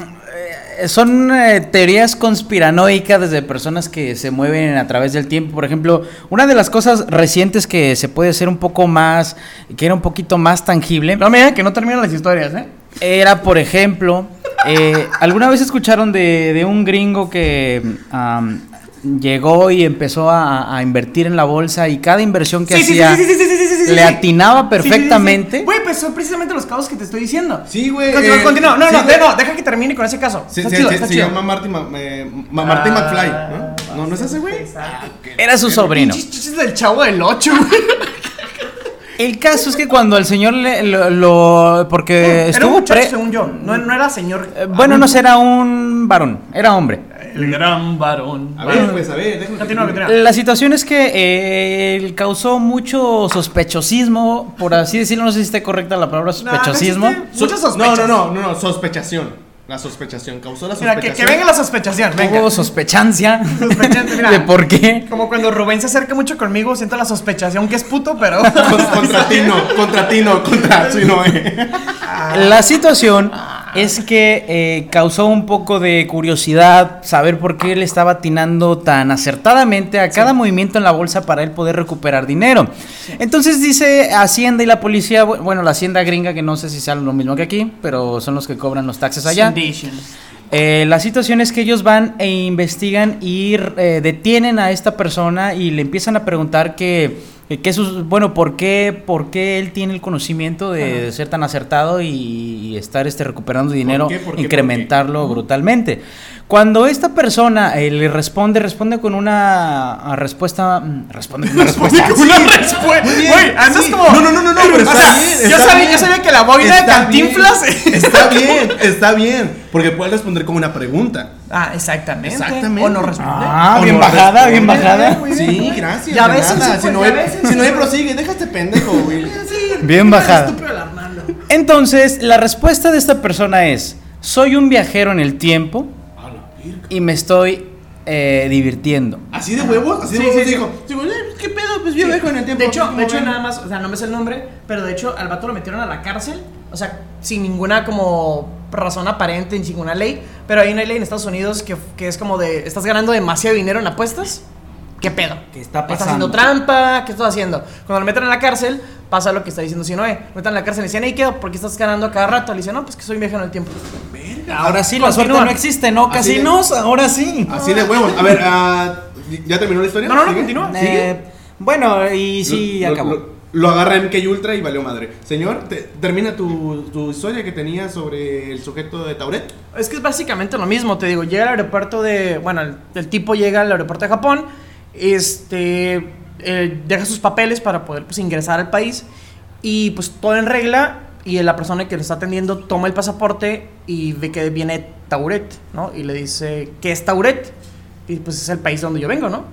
eh, son eh, teorías conspiranoicas desde personas que se mueven a través del tiempo. Por ejemplo, una de las cosas recientes que se puede hacer un poco más. que era un poquito más tangible.
No me digan que no terminan las historias, ¿eh?
Era, por ejemplo, eh, ¿alguna vez escucharon de, de un gringo que am, llegó y empezó a, a invertir en la bolsa y cada inversión que hacía le atinaba perfectamente?
Güey, pues son precisamente los casos que te estoy diciendo.
Sí, güey.
Continúa,
eh,
continúa. No,
sí,
no,
güey.
no, deja que termine con ese caso.
Se,
está
se-
chido,
se-
está
se
chido.
llama Marty, Ma- eh, Ma- Marty
Ah,
McFly, ¿no? No, no es ese, güey.
Era su sobrino.
Pinches chistes del chavo del
Eh,
8, güey.
El caso es que cuando el señor le, lo, lo- porque
Era un
estuvo
muchacho,
pre-
según yo. No, no era señor.
eh, bueno, no sé, era un varón, era hombre.
El gran varón.
A ver, pues, a ver, déjame.
Continúa, continúa.
La situación es que eh, él causó mucho sospechosismo, por así decirlo, no sé si está correcta la palabra sospechosismo.
no existe. Muchas
So-
sospechas.
No, no, no, no, no, sospechación. La sospechación causó la
Mira,
sospechación.
que, que venga la sospechación. Venga.
Hubo sospechancia
Sospechancia, mira.
de por qué.
Como cuando Rubén se acerca mucho conmigo, siento la sospechación que es puto, pero.
Con- contra Tino, contra Tino, contra Tino, eh.
La situación es que eh, causó un poco de curiosidad saber por qué él estaba atinando tan acertadamente a cada movimiento en la bolsa para él poder recuperar dinero. Entonces dice Hacienda y la policía, bu- bueno, la Hacienda gringa, que no sé si sea lo mismo que aquí, pero son los que cobran los taxes allá. Eh, la situación es que ellos van e investigan y eh, detienen a esta persona y le empiezan a preguntar que, que, sus- bueno, ¿por qué, por qué él tiene el conocimiento de, de ser tan acertado y, y estar este, recuperando dinero,
qué, por qué,
incrementarlo brutalmente? Cuando esta persona eh, le responde, responde con una ah, respuesta, mm, responde con una
Pues
Pues
respuesta.
Una respuesta. Güey, andas
Sí.
como.
No, no, no, no, no, pero
o
está
sea,
bien,
yo,
está
sabía,
bien.
yo sabía que la boina de
Está
cantinflas.
bien, Está bien, está bien. Porque puedes responder con una pregunta.
Ah, exactamente.
Exactamente.
O no responde.
Ah,
O
bien
no
bajada,
responde.
bien bajada.
Sí, gracias.
Ya
de
ves,
nada.
sí,
Si
pues,
no
ya
hay-
ves,
si
sí,
no hay
pues.
prosigue, deja este pendejo, güey.
Bien bajada.
Estúpido el Armando.
Entonces, la respuesta de esta persona es, soy un viajero en el tiempo y me estoy eh, divirtiendo.
Así de huevos, así de
Sí,
huevos
sí, sí.
dijo. Digo, "Eh, ¿qué pedo? Pues yo dejo en el tiempo.
De hecho,
¿cómo
de hecho
ven?"
nada más, o sea, no me sé el nombre, pero de hecho al vato lo metieron a la cárcel, o sea, sin ninguna como razón aparente, sin ninguna ley, pero hay una ley en Estados Unidos que, que es como de, estás ganando demasiado dinero en apuestas, ¿qué pedo?
¿Qué está
¿Estás haciendo
pasando?
trampa? ¿Qué estás haciendo? Cuando lo meten a la cárcel, pasa lo que está diciendo Sinoe, lo meten a la cárcel y dicen, hey, ¿qué? ¿Por qué estás ganando a cada rato? Le dicen, no, pues que soy un viajero en el tiempo.
Ahora sí,
la suerte no
existe, ¿no?
Así Casinos,
ahora sí.
Así de huevos. A ver, ah, ¿ya terminó la historia?
No, no, no,
¿Sigue?
¿Ah,
continúa.
¿Sigue?
Eh, bueno, y sí,
Lo- lo-
acabó.
Lo, lo agarra MK Ultra y valió madre. Señor, te- termina tu, tu historia que tenías sobre el sujeto de Tauret.
Es que es básicamente lo mismo, te digo, llega al aeropuerto de, bueno, el, el tipo llega al aeropuerto de Japón, este, eh, deja sus papeles para poder pues ingresar al país y pues todo en regla y la persona que lo está atendiendo toma el pasaporte y ve que viene Tauret, ¿no? Y le dice, ¿qué es Tauret? y pues es el país donde yo vengo, ¿no?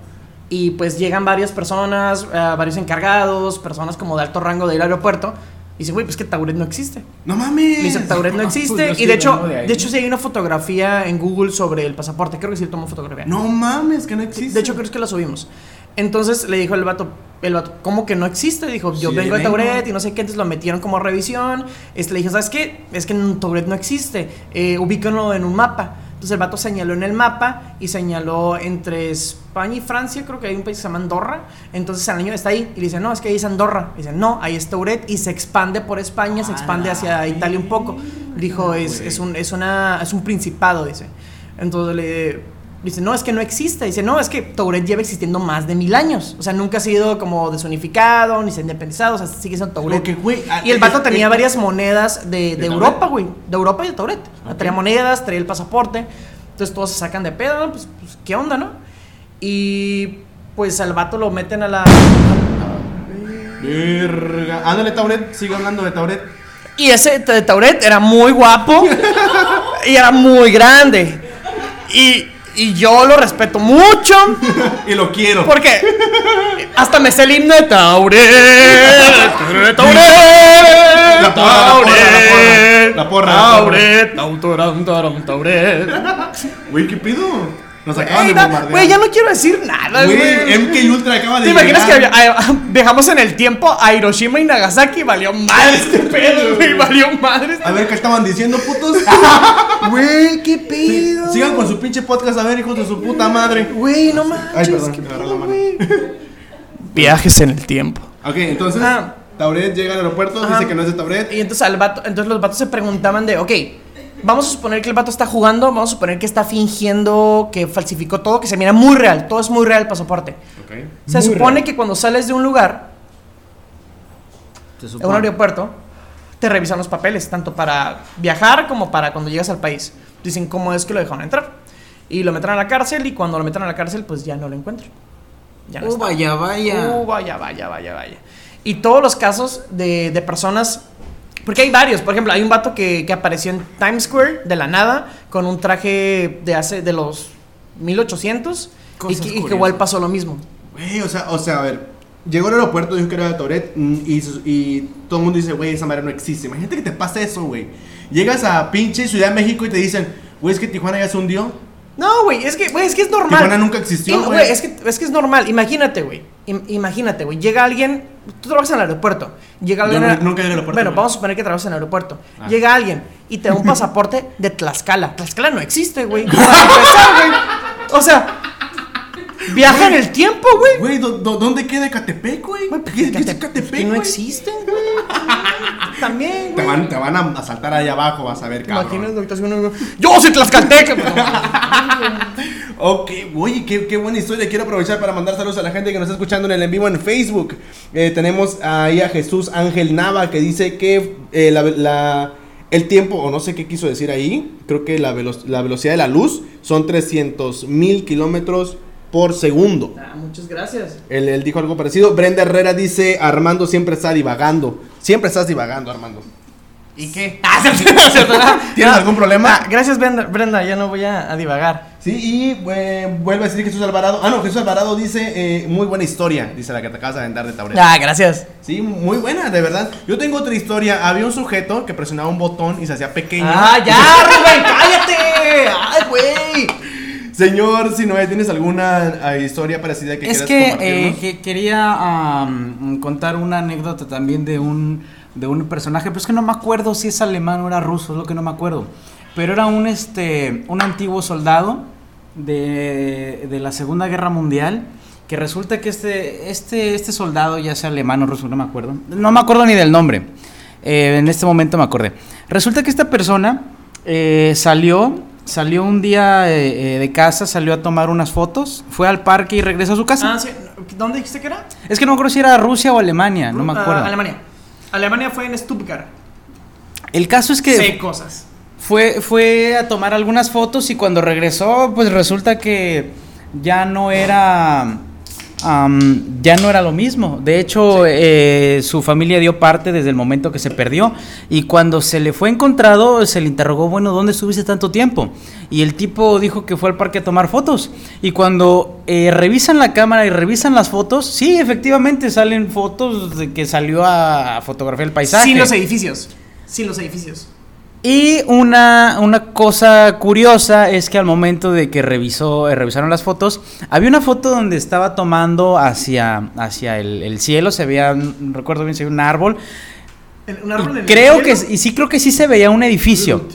Y pues llegan varias personas, eh, varios encargados, personas como de alto rango del aeropuerto. Y dice, güey, pues que Tauret no existe.
No mames.
Le dice, Tauret no existe.
Pues yo
y de
sí
hecho,
vengo de ahí.
de hecho, sí hay una fotografía en Google sobre el pasaporte. Creo que sí tomó fotografía.
No mames, que no existe.
De hecho, creo que la subimos. Entonces le dijo el vato, el vato, ¿cómo que no existe? Dijo, yo
Sí,
vengo de
vengo.
Tauret y no sé qué, entonces lo metieron como a revisión. Este, le dije, ¿sabes qué? Es que en Tauret no existe, eh, ubíquenlo en un mapa. Entonces el vato señaló en el mapa y señaló entre España y Francia, creo que hay un país que se llama Andorra. Entonces el niño está ahí y le dice, no, es que ahí es Andorra. Y dice, no, ahí es Tauret y se expande por España, se
Ah,
expande
la
hacia Italia un poco. Dijo, es,
güey.
es, un, es, una, es un principado, dice. Entonces le dice, no, es que no existe. Dice, no, es que Touret lleva existiendo más de mil años. O sea, nunca ha sido como desunificado, ni se ha independizado, o sea, sigue siendo Touret.
Porque, güey, ah,
Y el vato
es-
tenía
es-
varias monedas de, de
¿De
Europa,
Tauret?
güey. De Europa y de Touret. Traía monedas, traía el pasaporte. Entonces todos se sacan de pedo, ¿no? pues, pues, ¿qué onda, no? Y pues al vato lo meten a la...
Verga. Ándale, Tauret. Sigue hablando de Tauret.
Y ese t- Tauret era muy guapo y era muy grande. Y, y yo lo respeto mucho
Y lo quiero.
porque hasta me sé el himno de Tauret. Tauret, Tauret.
La porra, la porra,
Tauret,
la porra, la porra, la porra.
Tauret, tautoram, taram, Tauret.
Güey, ¿qué pido? Nos acaban
Ey,
de
da-
bombardear.
Güey, ya no quiero decir nada,
Güey,
güey.
MK Ultra acaba de
¿Te imaginas que
llegar.
había- a- dejamos en el tiempo a Hiroshima y Nagasaki? Valió madre este pedo, güey. Valió madre este
A ver qué estaban diciendo, putos.
Güey, qué pedo.
Sigan con su pinche podcast, a ver, hijos de su puta madre.
Güey, no
Ay,
manches.
perdón,
qué
me agarró
pedo,
la mano.
güey. Viajes en el tiempo.
Ok, entonces,
Ah.
Tauret llega al aeropuerto,
Ajá.
dice que no es de Tauret.
Y entonces, al vato- entonces los vatos se preguntaban de, ok, vamos a suponer que el vato está jugando, vamos a suponer que está fingiendo, que falsificó todo, que se mira muy real, todo es muy real el pasaporte.
Ok.
Se
Muy
supone
real.
que cuando sales de un lugar,
Se
a un
supone.
aeropuerto, te revisan los papeles, tanto para viajar como para cuando llegas al país. Dicen cómo es que lo dejaron entrar. Y lo meten a la cárcel y cuando lo meten a la cárcel, pues ya no lo encuentran. Ya no
Oh,
está.
vaya, vaya.
Uh, vaya, vaya, vaya, vaya. Y todos los casos de, de personas. Porque hay varios, por ejemplo, hay un vato que, que apareció en Times Square de la nada con un traje de hace de los 1800 y
Cosas
que, y que
curiosas.
igual pasó lo mismo.
Güey, o sea, o sea, a ver. Llegó al aeropuerto, dijo que era de Toret y, sus- y todo el mundo dice, güey, esa madre no existe. Imagínate que te pasa eso, güey. Llegas a pinche Ciudad de México y te dicen, güey, es que Tijuana ya se hundió.
No, güey, es que, güey, es que es normal.
Tijuana nunca existió,
Im-
güey.
güey. Es que, es que es normal. Imagínate, güey. Im- imagínate, güey. Llega alguien. Tú trabajas en el aeropuerto. Llega
Yo
alguien.
nu-
a-
nunca he ido al aeropuerto,
Bueno,
güey.
vamos a suponer que trabajas en el aeropuerto.
Ah.
Llega alguien y te da un pasaporte de Tlaxcala. Tlaxcala no existe, güey. Para empezar, güey. O sea, viaja en el tiempo, güey.
Güey, ¿dó- dó- ¿dónde queda Catepec, güey?
Güey,
¿Qué, qué es
Catepec,
Catepec,
que no
güey?
existen, güey. También,
Te
güey.
van, te van a asaltar ahí abajo, vas a ver,
¿Te
cabrón.
imaginas, doctor, si uno- Yo soy tlaxcalteca.
Ok, oye, qué, qué buena historia. Quiero aprovechar para mandar saludos a la gente que nos está escuchando en el en vivo en Facebook. Eh, tenemos ahí a Jesús Ángel Nava que dice que eh, la, la- el tiempo, o no sé qué quiso decir ahí, creo que la, velo- la velocidad de la luz son 300 mil kilómetros por segundo.
Muchas gracias.
Él, él dijo algo parecido. Brenda Herrera dice, Armando siempre está divagando. Siempre estás divagando, Armando.
¿Y qué?
Ah,
¿Tienes
¿Tienes algún problema?
gracias, Brenda, Brenda, ya no voy a, a divagar.
Sí, y eh, vuelve a decir Jesús Alvarado. Ah, no, Jesús Alvarado dice, eh, muy buena historia, dice la que te acabas de aventar de tablero.
Ah, gracias.
Sí, muy buena, de verdad. Yo tengo otra historia. Había un sujeto que presionaba un botón y se hacía pequeño.
Ah, ya, Rubén, cállate. Ay, güey.
Señor, si no tienes alguna eh, historia parecida que
es
quieras
que,
compartirnos?
eh, que- quería am, contar una anécdota también de un, de un personaje, pero es que no me acuerdo si es alemán o era ruso, es lo que no me acuerdo. Pero era un, este, un antiguo soldado de, de la Segunda Guerra Mundial, que resulta que este, este, este soldado, ya sea alemán o ruso, no me acuerdo, no me acuerdo ni del nombre, eh, en este momento me acordé. Resulta que esta persona eh, salió... Salió un día eh, eh, de casa, salió a tomar unas fotos, fue al parque y regresó a su casa.
Ah, sí, ¿Dónde dijiste que era?
Es que no me acuerdo si era Rusia o Alemania, no me
Ah,
acuerdo.
Alemania. Alemania fue en Stuttgart.
El caso es que
Sé cosas.
fue, fue a tomar algunas fotos y cuando regresó, pues resulta que ya no era. am, ya no era lo mismo. De hecho, eh, su familia dio parte desde el momento que se perdió. Y cuando se le fue encontrado, se le interrogó, bueno, ¿dónde estuviste tanto tiempo? Y el tipo dijo que fue al parque a tomar fotos. Y cuando eh, revisan la cámara y revisan las fotos, sí, efectivamente salen fotos de que salió a fotografiar el paisaje.
Sin los edificios. Sin los edificios.
Y una, una cosa curiosa es que al momento de que revisó, eh, revisaron las fotos, había una foto donde estaba tomando hacia, hacia el, el cielo, se veía, no recuerdo bien, se veía un árbol.
El- Un árbol
Y
en el
creo que,
cielo.
y sí creo que sí se veía un edificio.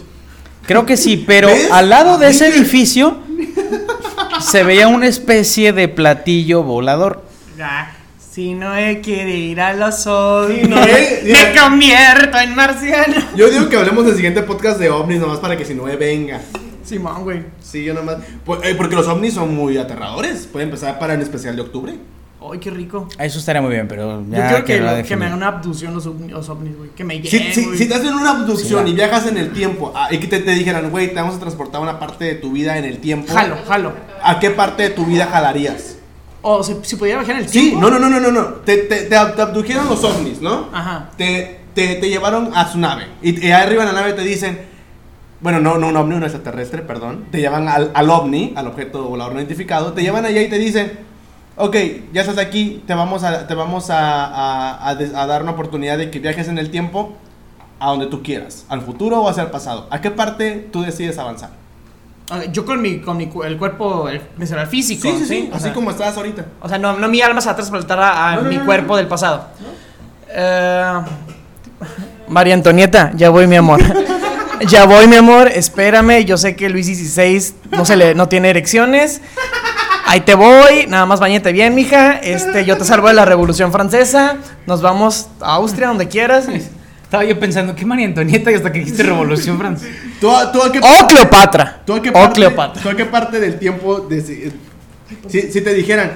Creo que sí, pero
¿Ves?
al lado de ese edificio se veía una especie de platillo volador.
Ah, si no quiere ir a los sol,
Si Noé-
me convierto en marciano.
Yo digo que hablemos del siguiente podcast de ovnis, nomás para que si no eh, venga.
Simón, güey.
Sí, yo nomás. Pues, eh, porque los ovnis son muy aterradores. Puede empezar para en especial de octubre.
Ay, qué rico.
Eso estaría muy bien, pero
Yo
ya
quiero que,
quedó
lo- que
definido.
me hagan una abducción los, ovni- los ovnis, güey. Que me
Si,
lleven.
si-
güey.
si te hacen una abducción
Sí,
y viajas en el tiempo ah, y que te, te dijeran, güey, te vamos a transportar a una parte de tu vida en el tiempo.
Jalo, jalo.
¿A qué parte de tu vida jalarías?
O si, si pudiera viajar en el
Sí,
tiempo.
no, no, no, no, no. no. Te, te, te ab- te abdujeron los ovnis, ¿no?
Ajá.
Te, te, te llevaron a su nave. Y, y ahí arriba en la nave te dicen. Bueno, no, no un ovni, un extraterrestre, perdón. Te llevan al, al ovni, al objeto volador no identificado. Te llevan allá y te dicen. Ok, ya estás aquí, te vamos a, te vamos a, a- a des- a dar una oportunidad de que viajes en el tiempo a donde tú quieras, al futuro o hacia el pasado. ¿A qué parte tú decides avanzar?
Ah, Yo con mi, con mi cu- el cuerpo, el, me será el físico. Sí, O
así
sea,
como estás ahorita.
O sea, no, no mi alma se va a transportar a, a
No, no,
mi
no,
cuerpo
no.
del pasado. Eh, María Antonieta, ya voy, mi amor. ya voy, mi amor, espérame. Yo sé que Luis XVI no, se le, no tiene erecciones. Ahí te voy, nada más bañete bien, mija. Este, yo te salvo de la Revolución Francesa. Nos vamos a Austria, donde quieras.
Estaba yo pensando, ¿qué María Antonieta? Y hasta que dijiste Revolución Francesa.
¿Tú, a- tú a qué
¡Oh, Cleopatra!
¿Tú a qué
¡Oh,
parte,
Cleopatra!
tú a qué parte del tiempo deci- si, si te dijeran,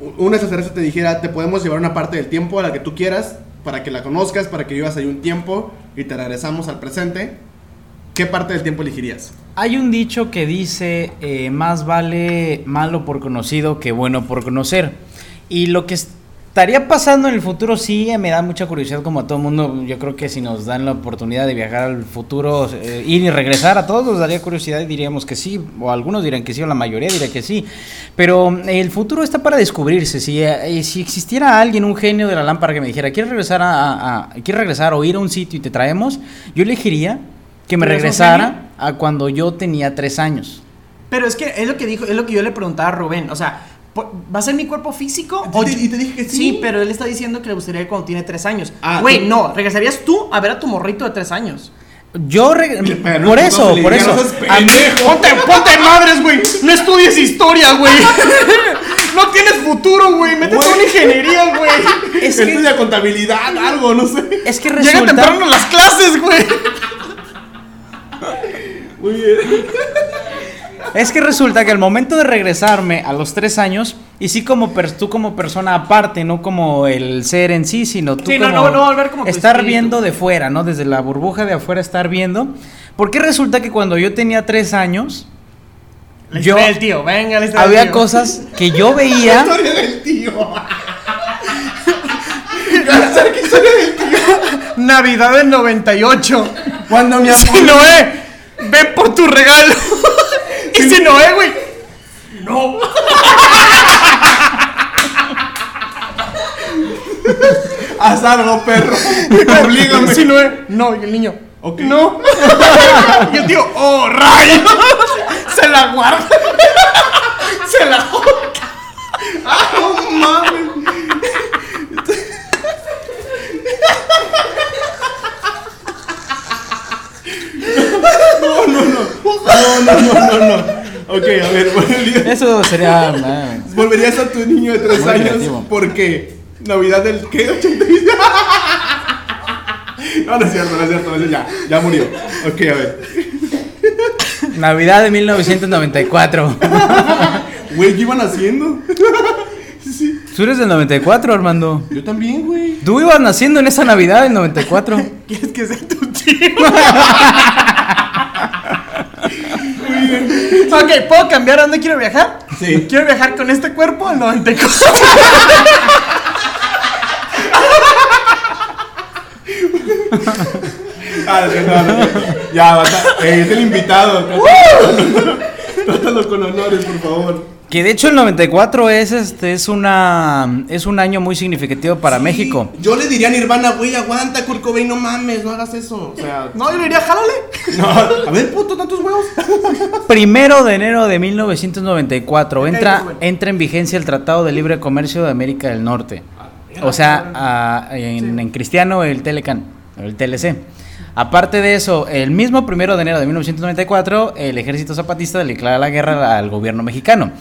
u- un extraterrestre te dijera, te podemos llevar a una parte del tiempo a la que tú quieras, para que la conozcas, para que vivas ahí un tiempo y te regresamos al presente, ¿qué parte del tiempo elegirías?
Hay un dicho que dice, eh, más vale malo por conocido que bueno por conocer. Y lo que estaría pasando en el futuro sí eh, me da mucha curiosidad como a todo mundo. Yo creo que si nos dan la oportunidad de viajar al futuro, eh, ir y regresar a todos, nos daría curiosidad y diríamos que sí. O algunos dirán que sí, o la mayoría dirá que sí. Pero eh, el futuro está para descubrirse. Si, eh, eh, si existiera alguien, un genio de la lámpara que me dijera, ¿quieres regresar, a, a- a- ¿quieres regresar o ir a un sitio y te traemos? Yo elegiría que me
¿Pero es un genio?
regresara a cuando yo tenía tres años.
Pero es que es lo que dijo, es lo que yo le preguntaba a Rubén. O sea, ¿po- ¿va a ser mi cuerpo físico?
Y te- y te dije que sí.
pero él está diciendo que le gustaría ir cuando tiene tres años.
Ah,
Güey,
tú-
no, regresarías tú a ver a tu morrito de tres años.
Yo reg-
Pero
por
no
eso,
le
por
digas,
eso.
"No seas
A mí-
pendejo".
Ponte, ponte madres, güey. No estudies historia, güey. No tienes futuro, güey. Métete a una
Güey.
ingeniería, güey.
es que
Estudia contabilidad, algo, no sé.
es que
Llega
resulta
temprano a las clases, güey.
Muy bien.
es que resulta que al momento de regresarme a los tres años y sí como per- tú como persona aparte, no como el ser en sí, sino tú
Sí, no, no,
como,
no volver como tu
estar
espíritu.
viendo de fuera, no desde la burbuja de afuera estar viendo. Porque resulta que cuando yo tenía tres años
La
Yo-
historia del tío, venga, la historia del
había
tío.
cosas que yo
La
veía.
historia del tío. Gracias, ¿qué historia del tío?
Navidad del 98.
Cuando mi
Si Noé, ven por tu regalo. Y si Noé, güey. No.
Haz algo, Ah, perro. Oblígame.
Si Noé, no. Y el niño.
Ok.
No. Y el tío, oh, rayo. Se la guarda. Se la
Ah, No mames. No, no, no, no, no. Ok, a ver, volverías,
Eso sería. ah,
volverías a tu niño de tres
Muy
años
creativo.
porque Navidad del qué? 80. No, no es cierto, no es cierto, eso ya, ya murió. Ok, a ver.
Navidad de 1994.
Güey, ¿qué iban haciendo? Sí.
Tú eres del 94, Armando.
Yo también, güey.
Tú ibas naciendo en esa Navidad del 94.
¿Quieres que sea tu tío? ok, ¿puedo cambiar a dónde quiero viajar?
Sí.
Quiero viajar con este cuerpo al 94.
Ah, no, no, no, no. Ya, basta. Eh, es el invitado.
Trátalo con honores, por favor.
Que de hecho el 94 es este es una es un año muy significativo para
Sí,
México.
Yo le diría a Nirvana, güey, aguanta, Kurt Cobain, no mames, no hagas eso. O sea,
No, yo le diría, jálale.
a ver, puto, tantos huevos.
Primero de enero de 1994 entra,
bueno.
entra en vigencia el Tratado de Libre Comercio de América del Norte. O sea, a- en, en cristiano el Telecan, el TLC. Aparte de eso, el mismo primero de enero de 1994, el ejército zapatista declara la guerra al gobierno mexicano.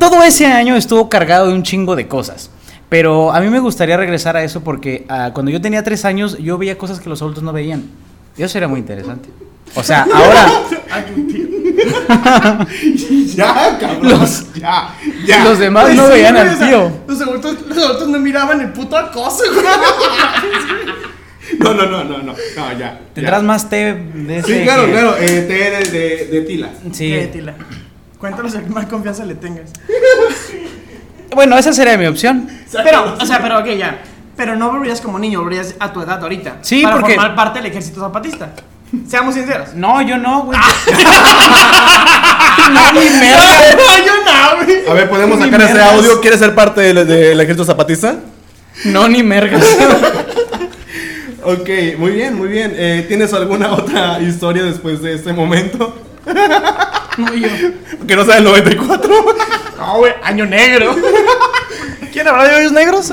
Todo ese año estuvo cargado de un chingo de cosas. Pero a mí me gustaría regresar a eso porque ah, cuando yo tenía tres años yo veía cosas que los adultos no veían. Y eso era muy interesante. O sea, ahora...
Ya, cabrón.
Los-
ya, ya.
Los demás no
Sí,
veían
güey, o
al
sea,
tío.
Los adultos, los adultos no miraban el puto acoso, güey.
No, no, no, no, no. No, ya.
Tendrás
ya.
más té de ese
Sí, claro,
que-
claro. Eh, té de, de, de tila.
Sí.
Eh, Tila, Cuéntanos el que más confianza le tengas.
Bueno, esa sería mi opción.
Pero, o sea, pero ok, ya. Pero no volverías como niño, volverías a tu edad ahorita.
Sí,
para
porque-
formar parte del ejército zapatista. Seamos sinceros.
No, yo no,
Ah,
güey. no, ni merda.
no, yo no, güey.
A ver, ¿podemos
Ni
sacar ese
merdas.
audio? ¿Quieres ser parte del del ejército zapatista?
No, ni mergas.
Ok, muy bien, muy bien. Eh, ¿Tienes alguna otra historia después de este momento?
No, yo.
Que no sea el 94.
No, Ah, güey, año negro.
¿Quién habrá de hoyos negros?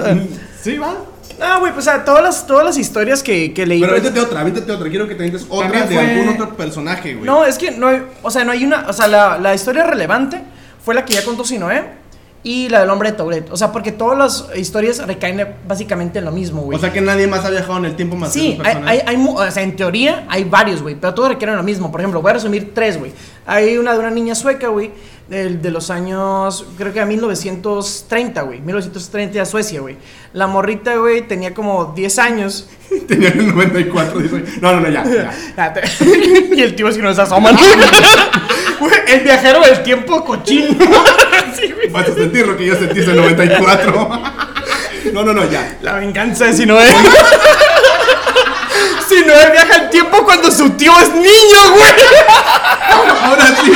sí, va.
No, güey, pues, o sea, todas las, todas las historias que, que leí.
Pero
pues-
véntete otra, véntete otra. Quiero que te ventes otra
También
de
fue-
algún otro personaje, güey.
no, es que no hay, o sea, no hay una, o sea, la, la historia relevante fue la que ya contó Sinoé y la del hombre de Tourette. O sea, porque todas las historias recaen eh, básicamente en lo mismo, güey.
O sea que nadie más ha viajado en el tiempo más que
Sí,
dos
hay,
personas.
hay, hay mu- o sea, en teoría hay varios, güey, pero todos requieren lo mismo. Por ejemplo, voy a resumir tres, güey. Hay una de una niña sueca, güey, del- de, los años, creo que a 1930, güey. 1930 a Suecia, güey. La morrita, güey, tenía como 10 años.
Tenía el 94. Dice, no, no, no, ya. ya.
Ah, te- y el tío si no se asoma. ¿no? Güey, el viajero del tiempo cochino. Sí, güey.
Vas a sentir lo que yo sentí en el 94. No, no, no, ya.
La venganza de Sinoé. Sinoé viaja al tiempo cuando su tío es niño, güey.
Ahora sí.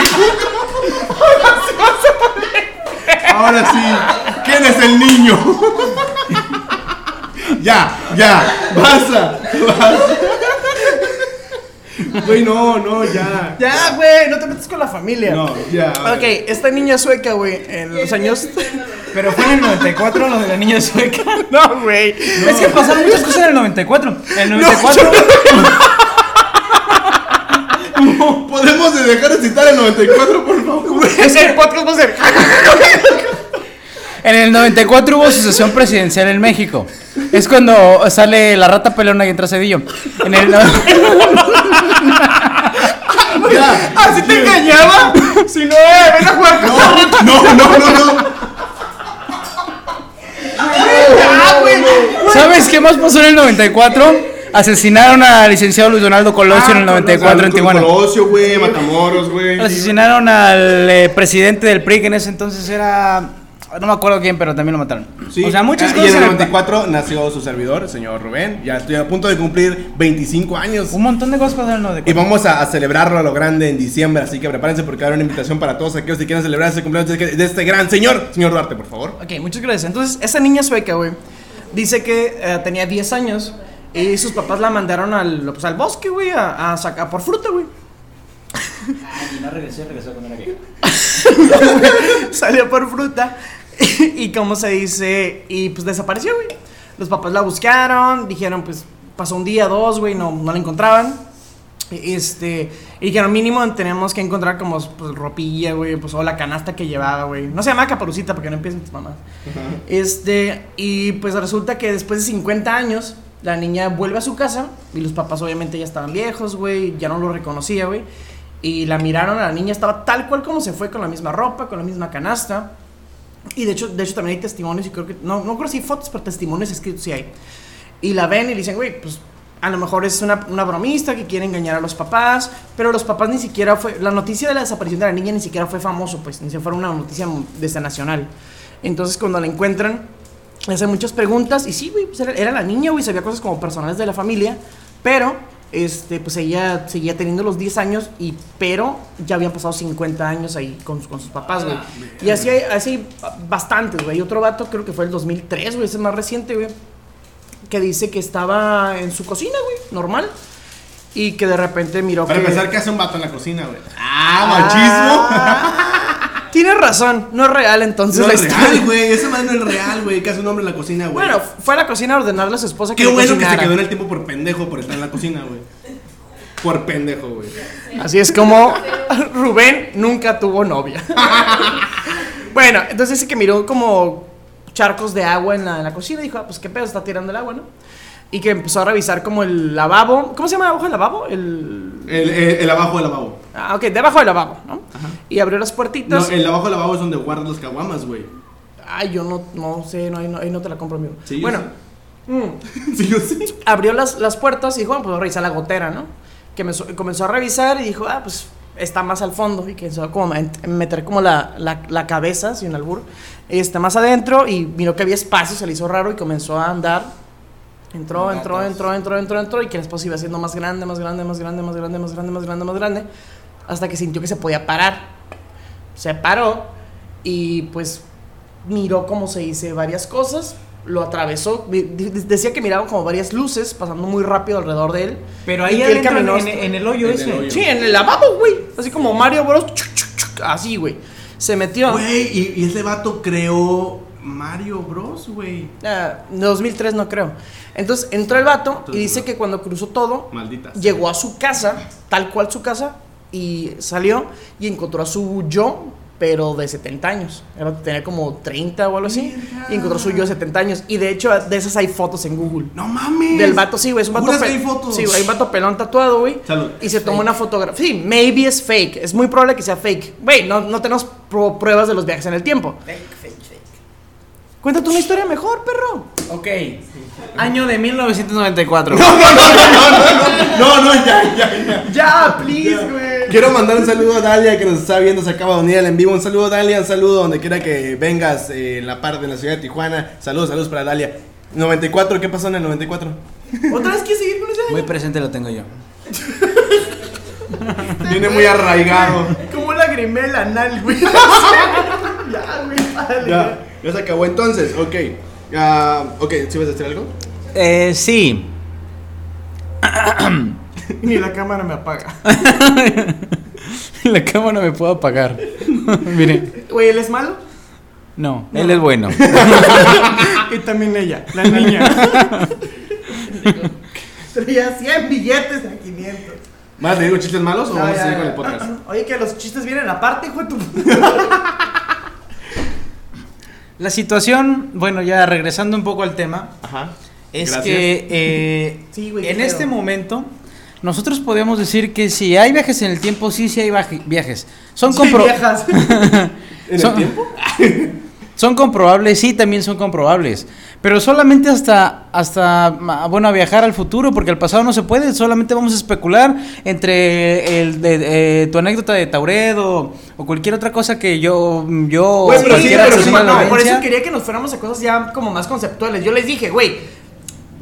Ahora sí. ¿Quién es el niño? Ya, ya. Basta. basta. Güey, no, no, ya.
Ya, güey, no te metas con la familia.
No, ya. a
Ok,
ver.
esta niña sueca, güey, en los años.
Pero fue en el 94 lo de la niña sueca.
no, güey.
Es que pasaron muchas cosas en el 94. El 94.
¿Podemos dejar de citar el 94, por favor?
Es que el podcast va a ser.
En el 94 hubo sucesión presidencial en México. Es cuando sale la rata pelona y entra Cedillo. En el no-
Ya.
Así te engañaba. Si no, eh, ven a jugar con
No, no, no, no.
Ah, güey.
¿Sabes qué más pasó en el 94? Asesinaron al licenciado Luis Donaldo
Ah,
Colosio en el 94 en Tijuana.
Colosio, güey, Matamoros, güey.
Asesinaron al eh, presidente del PRI, que en ese entonces era. No me acuerdo quién, pero también lo mataron.
Sí.
O sea, muchas
Ah,
cosas.
Y en el
en el-
94 nació su servidor, el señor Rubén. Ya estoy a punto de cumplir 25 años.
Un montón de cosas pasaron en el
Y
94.
vamos a, a celebrarlo a lo grande en diciembre, así que prepárense porque habrá una invitación para todos aquellos que quieran celebrar ese cumpleaños de de este gran señor, señor Duarte, por favor.
Ok, muchas gracias. Entonces, esa niña sueca, güey, dice que eh, tenía 10 años y sus papás la mandaron al, pues, al bosque, güey, a, a sacar por fruta, güey. Salió por fruta y, como se dice, y pues desapareció, güey. Los papás la buscaron, dijeron, pues pasó un día, dos, güey, no, no la encontraban. Este, y dijeron, mínimo tenemos que encontrar como pues, ropilla, güey, pues o la canasta que llevaba, güey. No se llama caparucita porque no empiecen tus mamás. Este, y pues resulta que después de 50 años, la niña vuelve a su casa y los papás obviamente ya estaban viejos, güey, ya no lo reconocía, güey. Y la miraron, la niña estaba tal cual como se fue, con la misma ropa, con la misma canasta. Y de hecho, de hecho también hay testimonios y creo que, no, no creo si hay fotos, pero testimonios escritos sí hay. Y la ven y le dicen, güey, pues a lo mejor es una, una bromista que quiere engañar a los papás, pero los papás ni siquiera fue, la noticia de la desaparición de la niña ni siquiera fue famoso, pues, ni se fue una noticia desde nacional. Entonces cuando la encuentran, le hacen muchas preguntas y sí, güey, pues, era, era la niña, güey, sabía cosas como personales de la familia, pero, este, pues ella seguía teniendo los 10 años y, pero ya habían pasado 50 años ahí con, con sus papás,
Ah,
güey. Y así hay, así hay bastantes, güey. Otro vato creo que fue el 2003, güey, ese es más reciente, güey que dice que estaba en su cocina, güey, normal. Y que de repente miró
Para
que.
empezar, ¿qué hace un vato en la cocina, güey?
Ah,
¡Ah,
Ah, Tienes razón, no es real entonces
machismo! No es real,
la historia.
güey. Esa madre no es real, güey. ¿Qué hace un hombre en la cocina, güey?
Bueno, fue a la cocina a ordenarle a su esposa que
Qué
le
bueno que se
cocinara.
quedó en el tiempo por pendejo por estar en la cocina, güey. Por pendejo, güey.
Así es como Rubén nunca tuvo novia. bueno, entonces dice que miró como charcos de agua en la, en la cocina y dijo, ah, pues qué pedo, está tirando el agua, ¿no? Y que empezó a revisar como el lavabo. ¿Cómo se llama abajo el lavabo? El.
El, el, el abajo del lavabo.
Ah, ok, debajo del lavabo, ¿no? Y abrió las
No,
puertitas.
el abajo del lavabo es donde guardas los caguamas, güey.
Ay, yo no, no sé, no, ahí no, ahí no te la compro, amigo.
Sí, yo
bueno, mm,
Sí, yo sí.
abrió las, las puertas y dijo, bueno, pues voy a revisar la gotera, ¿no? Que me so- comenzó a revisar y dijo, ah, pues está más al fondo. Y que empezó como a ent- meter como la, la, la cabeza, sin albur, está más adentro y miró que había espacio, se le hizo raro y comenzó a andar. Entró, entró, entró, entró, entró, entró y que el espacio iba siendo más grande, más grande, más grande, más grande, más grande, más grande, más grande, hasta que sintió que se podía parar. Se paró y pues miró como se dice varias cosas, lo atravesó, vi- di- di- decía que miraba como varias luces pasando muy rápido alrededor de él.
Pero
Y
ahí
que él
adentro,
caminó
en,
hasta-
en el hoyo
En el
ese.
hoyo.
Sí, en el lavabo, güey, así como Mario Bros, chuc, chuc, chuc, así, güey. Se metió.
Güey, y, y ese vato creó Mario Bros, güey.
Ah, 2003 no creo. Entonces entró el vato y
Entonces,
dice
no.
que cuando cruzó todo,
Maldita. sea.
llegó a su casa, tal cual su casa, y salió y encontró a su yo, pero de 70 años. El vato tenía como 30 o algo así. Y encontró a su yo de 70 años. Y de hecho, de esas hay fotos en Google.
No mames.
Del vato, sí, güey. Es un vato
¿Juras que
pe-
hay fotos?
Sí, güey, hay un vato pelón tatuado, güey.
Salud.
Y se tomó una fotografía. Sí, maybe es fake. Es muy probable que sea fake. Güey, no, no tenemos pro- pruebas de los viajes en el tiempo.
Fake, fake, fake.
Cuéntate una historia mejor, perro.
Ok. Año de 1994.
No, no, ya, ya, ya.
Ya, please, güey.
Quiero mandar un saludo a Dalia que nos está viendo, se acaba de unir al en vivo. Un saludo, Dalia, un saludo donde quiera que vengas eh, en la parte de la ciudad de Tijuana. Saludos, saludos para Dalia. 94, ¿qué pasó en el 94?
¿Otra vez quieres seguir con ese
Muy presente lo tengo yo.
Viene muy arraigado.
Como lagrimé el anal, güey. ya, güey, vale.
Ya, ya se acabó entonces, ok. Ah, ok, ¿sí vas a decir algo?
Eh, sí.
Ni la cámara me apaga.
La cámara me puedo apagar. Mire.
Güey, él es malo
No, él es bueno.
y también ella, la niña. Traía 100 billetes a 500.
¿Más te digo chistes malos o
No,
vamos
ya,
a seguir
ya.
con el podcast?
Oye, que los chistes vienen aparte, hijo de tu.
La situación, bueno, ya regresando un poco al tema,
Ajá.
es
Gracias.
que eh,
Sí, güey, qué
en
feo.
este momento nosotros podemos decir que si hay viajes en el tiempo, sí, sí hay baje- viajes. Son, compro-
viejas.
¿En
Son-
el tiempo?
son comprobables, sí, también son comprobables. Pero solamente hasta, hasta, ma- bueno, a viajar al futuro, porque al pasado no se puede, solamente vamos a especular entre el de, eh, tu anécdota de Tauret o, o cualquier otra cosa que yo, yo o
Güey, pero Pues sí,
cualquier
Cualquiera
pero
se
sí,
suma a la
no,
por
audiencia-
eso quería que nos fuéramos a cosas ya como más conceptuales. Yo les dije, güey.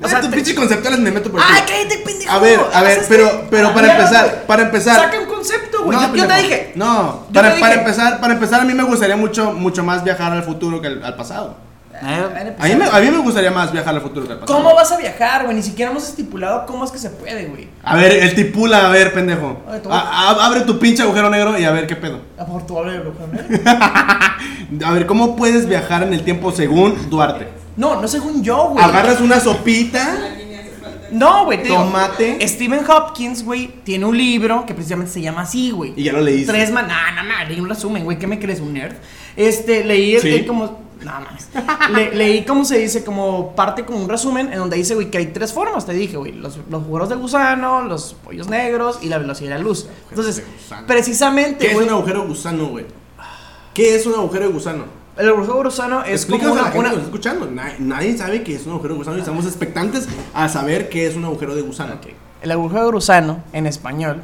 O sea, Ah, tus
te-
pinches conceptuales me meto por
¡Ay,
ti.
cállate, pendejo!
A ver, a ver,
Haces-
pero, pero para
Claro,
empezar,
güey.
para empezar.
Saca un concepto, güey. Yo- yo te
pendejo.
dije.
No,
Yo
para,
te
para
dije.
empezar, para empezar, a mí me gustaría mucho, mucho más viajar al futuro que al, al pasado.
Eh,
A mí, me, a mí me gustaría más viajar al futuro que al pasado.
¿Cómo vas a viajar, güey? Ni siquiera hemos estipulado cómo es que se puede, güey.
A ver, el tipula, a ver, pendejo.
Ay, tú-
A- a- abre tu pinche agujero negro y a ver qué pedo.
A favor, tú Ah, habla de brujo, ¿no?
A ver, ¿cómo puedes viajar en el tiempo según Duarte?
No, no según yo, güey.
Agarras una sopita.
No, güey, te digo,
Tomate.
Stephen Hopkins, güey, tiene un libro que precisamente se llama así, güey.
Y ya lo leíste.
Tres man... Nah, nah, nah, leí un resumen, güey. ¿Qué me crees, un nerd? Este, leí el,
Sí.
el como... No, mames. Le- leí como se dice, como parte como un resumen en donde dice, güey, que hay tres formas, te dije, güey. Los, los juegos de gusano, los pollos negros y la velocidad de la luz. Entonces,
de gusano.
precisamente,
¿Qué es
güey...
un agujero gusano, güey? ¿Qué es un agujero de gusano?
El agujero gusano es como
Explícaselo a
una,
la gente
una-
que nos está escuchando. Nadie, nadie sabe que es un agujero de gusano y estamos expectantes a saber qué es un agujero de gusano.
El agujero gusano, en español,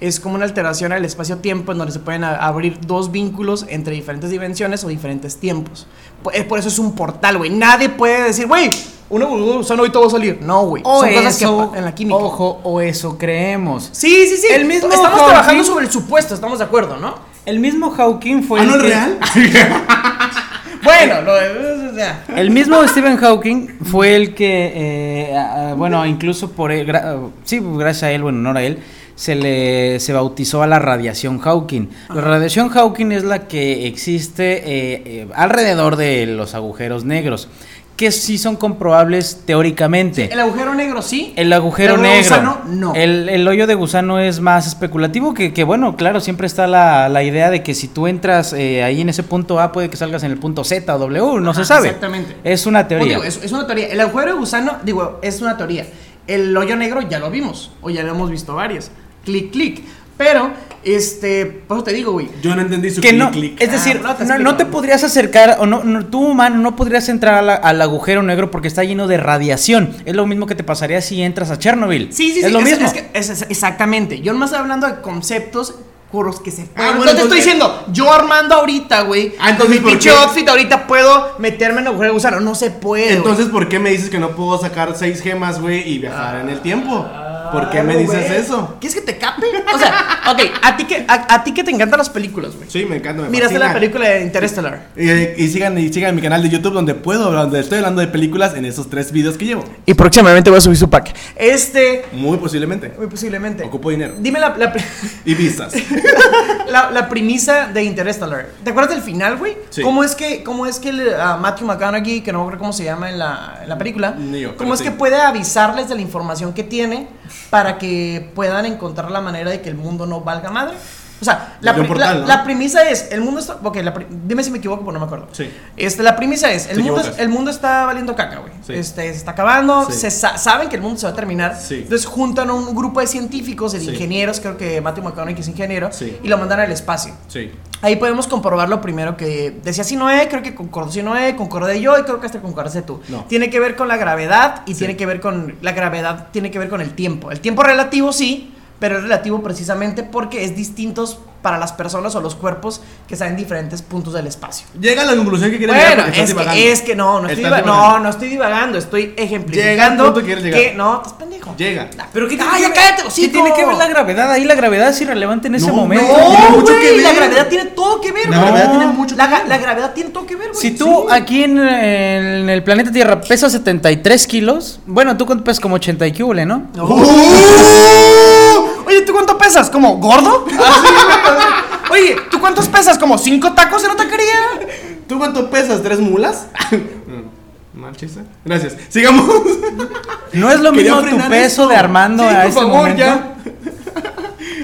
es como una alteración al espacio-tiempo en donde se pueden a- abrir dos vínculos entre diferentes dimensiones o diferentes tiempos. Po- eh, Por, eso es un portal, güey. Nadie puede decir, güey, un agujero gusano ahorita va a salir. No, güey.
O
Son cosas que
eso,
pa- en la química.
ojo, o eso creemos.
Sí, sí, sí.
El mismo
Estamos
Hawking-
trabajando sobre el supuesto, estamos de acuerdo, ¿no?
El mismo Hawking fue
¿Ah,
el
no es
que-
real?
Bueno, lo de- o sea,
El mismo Stephen Hawking fue el que, eh, a- a- bueno, incluso por él, gra- sí, gracias a él, bueno, honor a él, se le se bautizó a la radiación Hawking. La radiación Hawking es la que existe eh, eh, alrededor de los agujeros negros, que sí son comprobables teóricamente.
el agujero negro sí.
El agujero
¿El agujero
negro.
gusano? No.
El, el hoyo de gusano es más especulativo que, que, bueno, claro, siempre está la, la idea de que si tú entras eh, ahí en ese punto A, puede que salgas en el punto Z o W, no
Ajá,
se sabe.
exactamente.
Es una
Como
teoría.
digo, es, es una teoría. El agujero de gusano, digo, es una teoría. El hoyo negro ya lo vimos, o ya lo hemos visto varias. Clic, clic. Pero, este, por eso te digo, güey.
Yo no entendí su
que
clic,
no,
clic.
es decir,
Ah, no te
no, no
explico.
te podrías acercar, o no, no- tú humano no podrías entrar a la- al agujero negro porque está lleno de radiación. Es lo mismo que te pasaría si entras a Chernobyl.
Sí, sí,
es
sí.
lo mismo.
que- es- es- exactamente. Yo más hablando de conceptos por los que se pueden.
bueno,
entonces, Ah, te estoy
entonces-
diciendo, yo armando ahorita, güey.
Ah, entonces,
mi
¿por
pinche
qué?
outfit ahorita puedo meterme en el agujero de gusano. No se puede. güey.
Entonces, ¿por qué me dices que no puedo sacar seis gemas, güey, y viajar en el tiempo? ¿Por qué me
Claro,
dices
güey.
eso?
¿Quieres que te cape? O sea, ok, a ti que, a, a ti que te encantan las películas, güey.
Sí, me encanta. Me
Miraste
fascina.
la película de Interstellar.
Eh, Y, sigan, y sigan mi canal de YouTube donde puedo, donde estoy hablando de películas en esos tres videos que llevo.
Y próximamente voy a subir su pack. Este,
Muy posiblemente.
muy posiblemente.
Ocupo dinero.
Dime la, la, pri-
Y vistas.
la- la premisa de Interstellar. ¿Te acuerdas del final, güey?
Sí.
¿Cómo es que, cómo es que el, ah, Matthew McConaughey, que no me acuerdo cómo se llama en la, en la película,
Ni yo, pero
cómo es
sí.
que puede avisarles de la información que tiene para que puedan encontrar la manera de que el mundo no valga madre? O sea, la,
De un
pri-
portal,
la-
¿no?
la premisa es, el mundo está... Ok, la pri- dime si me equivoco, porque no me acuerdo.
Sí.
Este, la premisa es, el
Te
mundo,
equivocas.
el mundo está valiendo caca, güey.
Sí.
Este, se está acabando,
Sí.
se sa- saben que el mundo se va a terminar.
Sí.
Entonces juntan a un grupo de científicos, de
Sí.
ingenieros, creo que Matthew McConaughey es ingeniero,
Sí.
y lo mandan al espacio.
Sí.
Ahí podemos comprobar lo primero que decía Sinoé, creo que concordó Sinoé, concordé yo y creo que hasta concordaste tú.
No.
Tiene que ver con la gravedad y tiene que ver con la gravedad, tiene que ver con el tiempo. El tiempo relativo sí, pero es relativo precisamente porque es distinto para las personas o los cuerpos que están en diferentes puntos del espacio.
Llega a la conclusión que quieres llegar
Bueno,
porque estás
es
divagando.
que, es que no, no estoy,
Estás
diva- no,
divagando.
no estoy divagando, estoy
Llega al
ejemplificando
punto que quieres llegar.
que no, estás pendejo.
Llega.
Pero ¿qué tiene,
Ay,
que
ya
ver-
cállate,
qué
hocico.
tiene que ver la gravedad? Ahí la gravedad es irrelevante en ese
No,
momento.
no, tiene
No,
mucho que
Oh, güey, la
ver.
gravedad tiene todo que ver,
La
güey.
gravedad tiene mucho
la,
que
ga-
ver.
la gravedad tiene todo que ver, güey.
Si tú
Sí.
aquí en, en el planeta Tierra pesas 73 kilos, bueno, tú con- pesas como 80 y qué hule, ¿no?
No.
¡Oh!
Oye, ¿tú cuánto pesas? ¿Como gordo? Oye, ¿tú cuántos pesas? ¿Como cinco tacos en la taquería?
¿Tú cuánto pesas? ¿Tres mulas? Mal chiste. Gracias. Sigamos.
No es lo
Quería
mismo tu
frenar
peso
esto.
de Armando
Sí,
a
por
este
favor,
momento.
ya.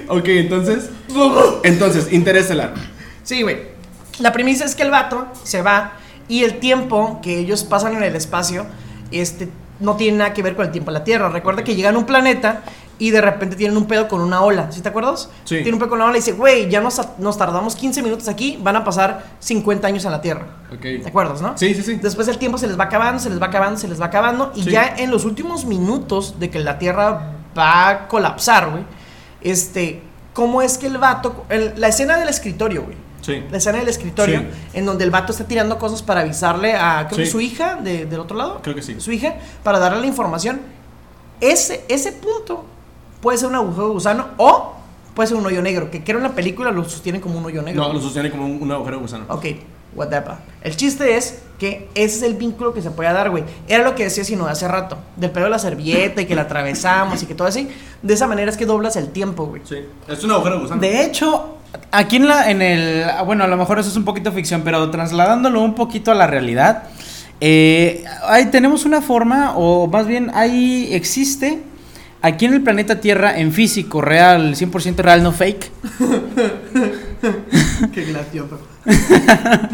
ok, entonces. Entonces, Interestelar.
Sí, güey. La premisa es que el vato se va y el tiempo que ellos pasan en el espacio este, no tiene nada que ver con el tiempo en la Tierra. Recuerda que llegan a un planeta y de repente tienen un pedo con una ola. ¿Sí te acuerdas?
Sí.
Tienen un pedo con una ola y dice, güey, ya nos, nos tardamos 15 minutos aquí, van a pasar 50 años en la Tierra.
Ok.
¿Te acuerdas, no?
Sí, sí, sí.
Después el tiempo se les va acabando, se les va acabando, se les va acabando. Y
Sí.
ya en los últimos minutos de que la Tierra va a colapsar, güey. Este, ¿cómo es que el vato... el- la escena del escritorio, güey.
Sí.
La escena del escritorio,
Sí.
en donde el vato está tirando cosas para avisarle a, creo que
Sí.
su hija de- del otro lado.
Creo que sí.
Su hija, para darle la información. Ese, ese punto puede ser un agujero de gusano o puede ser un hoyo negro, que creo en la película lo sostienen como un hoyo negro.
No, lo sostiene como un, un agujero de gusano.
Ok, whatever. El chiste es que ese es el vínculo que se puede dar, güey. Era lo que decía Sino hace rato, del pedo de la servilleta y que la atravesamos y que todo así. De esa manera es que doblas el tiempo, güey.
Sí. Es un agujero de gusano.
De hecho, aquí en la, en el, ah, bueno, a lo mejor eso es un poquito ficción, pero trasladándolo un poquito a la realidad, eh, ahí tenemos una forma, o más bien ahí existe, aquí en el planeta Tierra, en físico, real, 100% real, no fake,
Qué gracioso.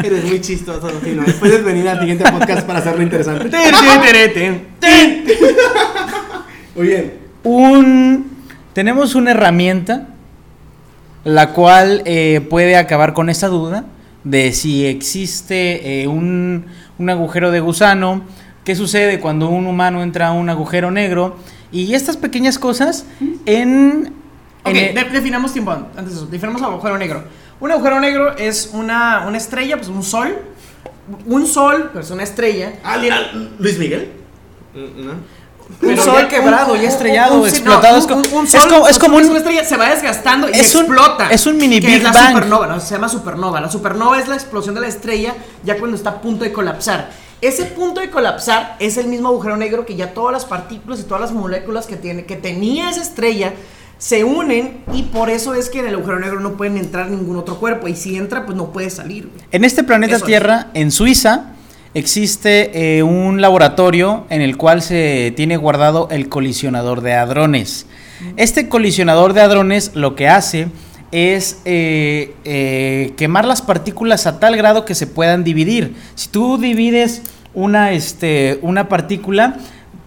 Eres muy chistoso, Tino. Puedes venir al siguiente Este podcast para hacerlo interesante. Muy bien.
un, tenemos una herramienta la cual eh, puede acabar con esa duda, de si existe eh, un, un agujero de gusano, qué sucede cuando un humano entra a un agujero negro y estas pequeñas cosas en...
Ok,
en el-
de- definamos tiempo an- antes de eso. Definamos agujero negro. Un agujero negro es una, una estrella, pues un sol. Un sol, pero es una estrella.
Ah, mira, Luis Miguel. ¿No?
Un
Pero
sol
ya quebrado, ya estrellado,
sí,
explotado, es
un-
co-
un- un
es
sol,
como- es
no,
como
es
un-
una estrella se va desgastando y
es un-
explota.
es un mini
que
Big
es la
Bang.
supernova, ¿no? se llama supernova. La supernova es la explosión de la estrella ya cuando está a punto de colapsar. Ese punto de colapsar es el mismo agujero negro que ya todas las partículas y todas las moléculas que tiene que tenía esa estrella se unen y por eso es que en el agujero negro no pueden entrar ningún otro cuerpo y si entra pues no puede salir. güey.
En este planeta
Eso es.
Tierra, en Suiza, existe eh, un laboratorio en el cual se tiene guardado el colisionador de hadrones.
Mm.
Este colisionador de hadrones lo que hace es eh, eh, quemar las partículas a tal grado que se puedan dividir. Si tú divides una, este, una partícula,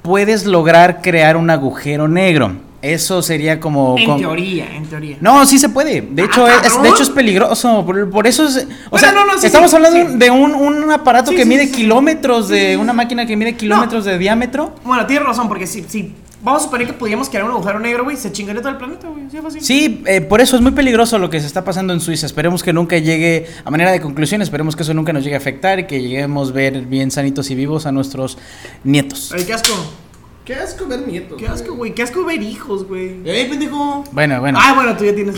puedes lograr crear un agujero negro. Eso sería como...
En
como-
teoría, en teoría.
no, sí se puede. De
Ah,
hecho, es,
cabrón.
de hecho es peligroso. Por, por eso es- o
Bueno,
sea,
no, no, sí,
estamos
sí,
hablando
sí.
de un, un aparato
Sí,
que
sí,
mide
sí, sí.
kilómetros, de una máquina que mide kilómetros de diámetro.
Bueno, tienes razón, porque si, si vamos a suponer que pudiéramos crear un agujero negro, güey, se chingaría todo el planeta, güey. Sí, fácil.
Sí, eh, por eso es muy peligroso lo que se está pasando en Suiza. Esperemos que nunca llegue, a manera de conclusión, esperemos que eso nunca nos llegue a afectar y que lleguemos a ver bien sanitos y vivos a nuestros nietos.
Ay, qué asco.
Qué asco ver nietos.
Qué asco, güey. Qué asco ver hijos, güey.
¡Ey, pendejo!
Bueno, bueno.
Ah, bueno, tú ya tienes.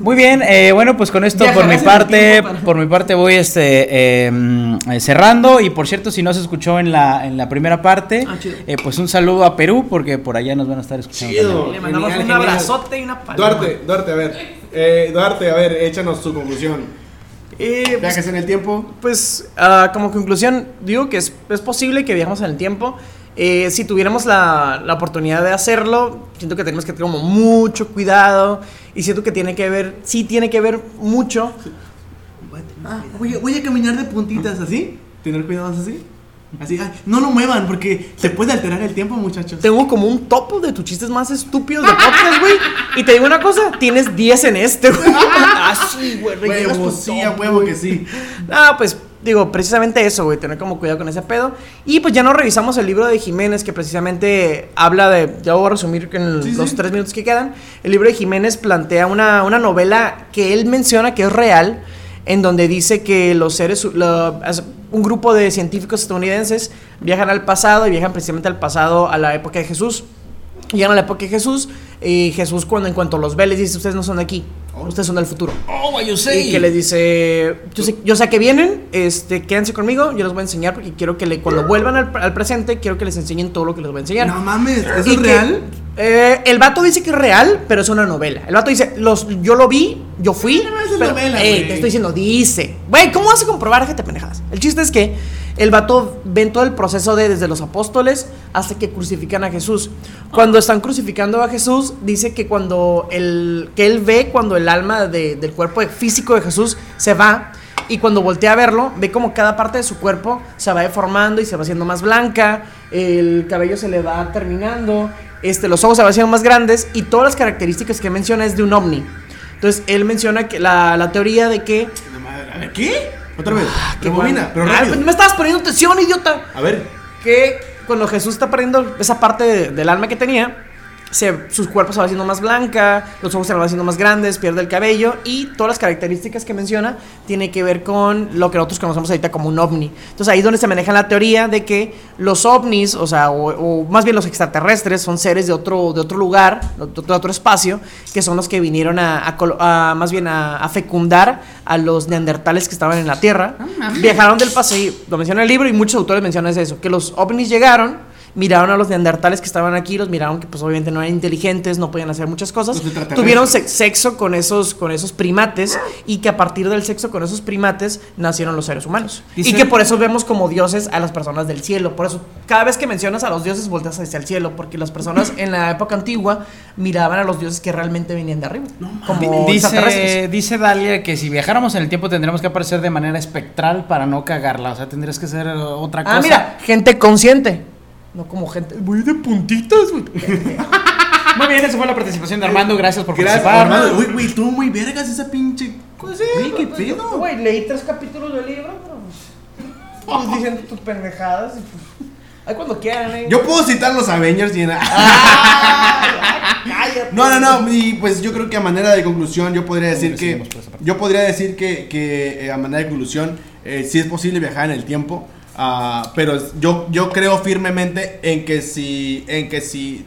Muy bien, eh, bueno, pues con esto por
Viajarás
mi
en el
parte,
tiempo para-
por mi parte voy este eh, mm, eh, cerrando y por cierto, si no se escuchó en la en la primera parte,
Ah, chido.
eh, pues un saludo a Perú porque por allá nos van a estar escuchando. también.
Chido.
Le mandamos
Genial,
un
genial.
abrazote y una paloma.
Duarte, Duarte, a ver. Eh, Duarte, a ver, échanos su conclusión.
Eh, pues,
Viajes en el tiempo.
pues, ah, como conclusión, digo que es, es posible que viajemos en el tiempo. Eh, si tuviéramos la, la oportunidad de hacerlo, siento que tenemos que tener como mucho cuidado. Y siento que tiene que ver, sí tiene que ver mucho
Ah, voy, a- voy a caminar de puntitas así. Tener cuidado así. Así, ah, no lo muevan porque se puede alterar el tiempo, muchachos.
Tengo como un topo de tus chistes más estúpidos de podcast, güey. Y te digo una cosa, tienes 10 en este, güey. Ah, sí, güey, rellenas
Huevo,
tu
sí,
top,
a huevo
güey.
que sí.
Ah, pues digo, precisamente eso, güey, tener como cuidado con ese pedo. Y pues ya no revisamos el libro de Jiménez, que precisamente habla de. Ya voy a resumir en el-
Sí,
los
sí.
tres minutos que quedan. El libro de Jiménez plantea una, una novela que él menciona que es real, en donde dice que los seres. hu- la- as- un grupo de científicos estadounidenses viajan al pasado y viajan precisamente al pasado, a la época de Jesús. Llegan a la época de Jesús y Jesús cuando en cuanto los ve les dice, ustedes no son de aquí,
Oh.
ustedes son del futuro. Y que les dice, yo sé, yo sé que vienen, este, quédense conmigo, yo les voy a enseñar porque quiero que le, cuando vuelvan al, al presente, quiero que les enseñen todo lo que les voy a enseñar.
No mames, ¿eso
Y
es
que,
real?
eh, el vato dice que es real, pero es una novela. El vato dice, los, yo lo vi, yo fui.
No, no, eso es
pero-
novela,
Ey,
güey.
te estoy diciendo, dice. Güey, ¿cómo vas a comprobar? Déjate pendejadas. El chiste es que el vato ven todo el proceso de desde los apóstoles hasta que crucifican a Jesús. Cuando están crucificando a Jesús, dice que cuando el que él ve cuando el alma de- del cuerpo físico de Jesús se va y cuando voltea a verlo, ve como cada parte de su cuerpo se va deformando y se va haciendo más blanca, el cabello se le va terminando, este, los ojos se van haciendo más grandes y todas las características que menciona es de un ovni. Entonces, él menciona que la, la teoría de que...
No mames, A ver, ¿qué? Otra vez.
que
Rebobina,
cuando-
pero
Ah,
rápido.
pues, me estabas poniendo atención, idiota
A ver.
que cuando Jesús está perdiendo esa parte de- del alma que tenía, se, sus cuerpos se va haciendo más blanca, los ojos se van haciendo más grandes, pierde el cabello y todas las características que menciona tiene que ver con lo que nosotros conocemos ahorita como un ovni. Entonces ahí es donde se maneja la teoría de que los ovnis, o sea, o, o más bien los extraterrestres, son seres de otro, de otro lugar, de otro, de otro espacio, que son los que vinieron a, a colo- a- más bien a, a fecundar a los neandertales que estaban en la Tierra. Viajaron del paseo, lo menciona el libro y muchos autores mencionan eso, que los ovnis llegaron, miraron a los neandertales que estaban aquí, los miraron que pues obviamente no eran inteligentes, no podían hacer muchas cosas,
Los extraterrestres.
tuvieron se- sexo con esos, con esos primates y que a partir del sexo con esos primates nacieron los seres humanos.
Dice-
Y que por eso vemos como dioses a las personas del cielo, por eso cada vez que mencionas a los dioses volteas hacia el cielo, porque las personas en la época antigua miraban a los dioses que realmente venían de arriba, como extraterrestres.
Dice, dice Dalia que si viajáramos en el tiempo tendríamos que aparecer de manera espectral para no cagarla, o sea, tendrías que ser eh, otra cosa.
Ah, mira, gente consciente. No como gente. Voy de puntitas, güey.
Muy bien, esa fue la participación de Armando, gracias por
Gracias,
participar.
Armando. Uy, güey, tú muy vergas esa pinche
Pues sí.
Güey, ¿qué
pues,
pedo?
Güey, leí tres capítulos del libro, pero pues. pues, diciendo tus pendejadas y pues. Ahí cuando quieran, eh.
Yo puedo citar los Avengers y en-
Ah, cállate.
No, no, no. Y pues yo creo que a manera de conclusión, yo podría decir que. Yo podría decir que, que, eh, a manera de conclusión, eh, sí es posible viajar en el tiempo. ah, pero es- yo, yo creo firmemente en que si. En que si.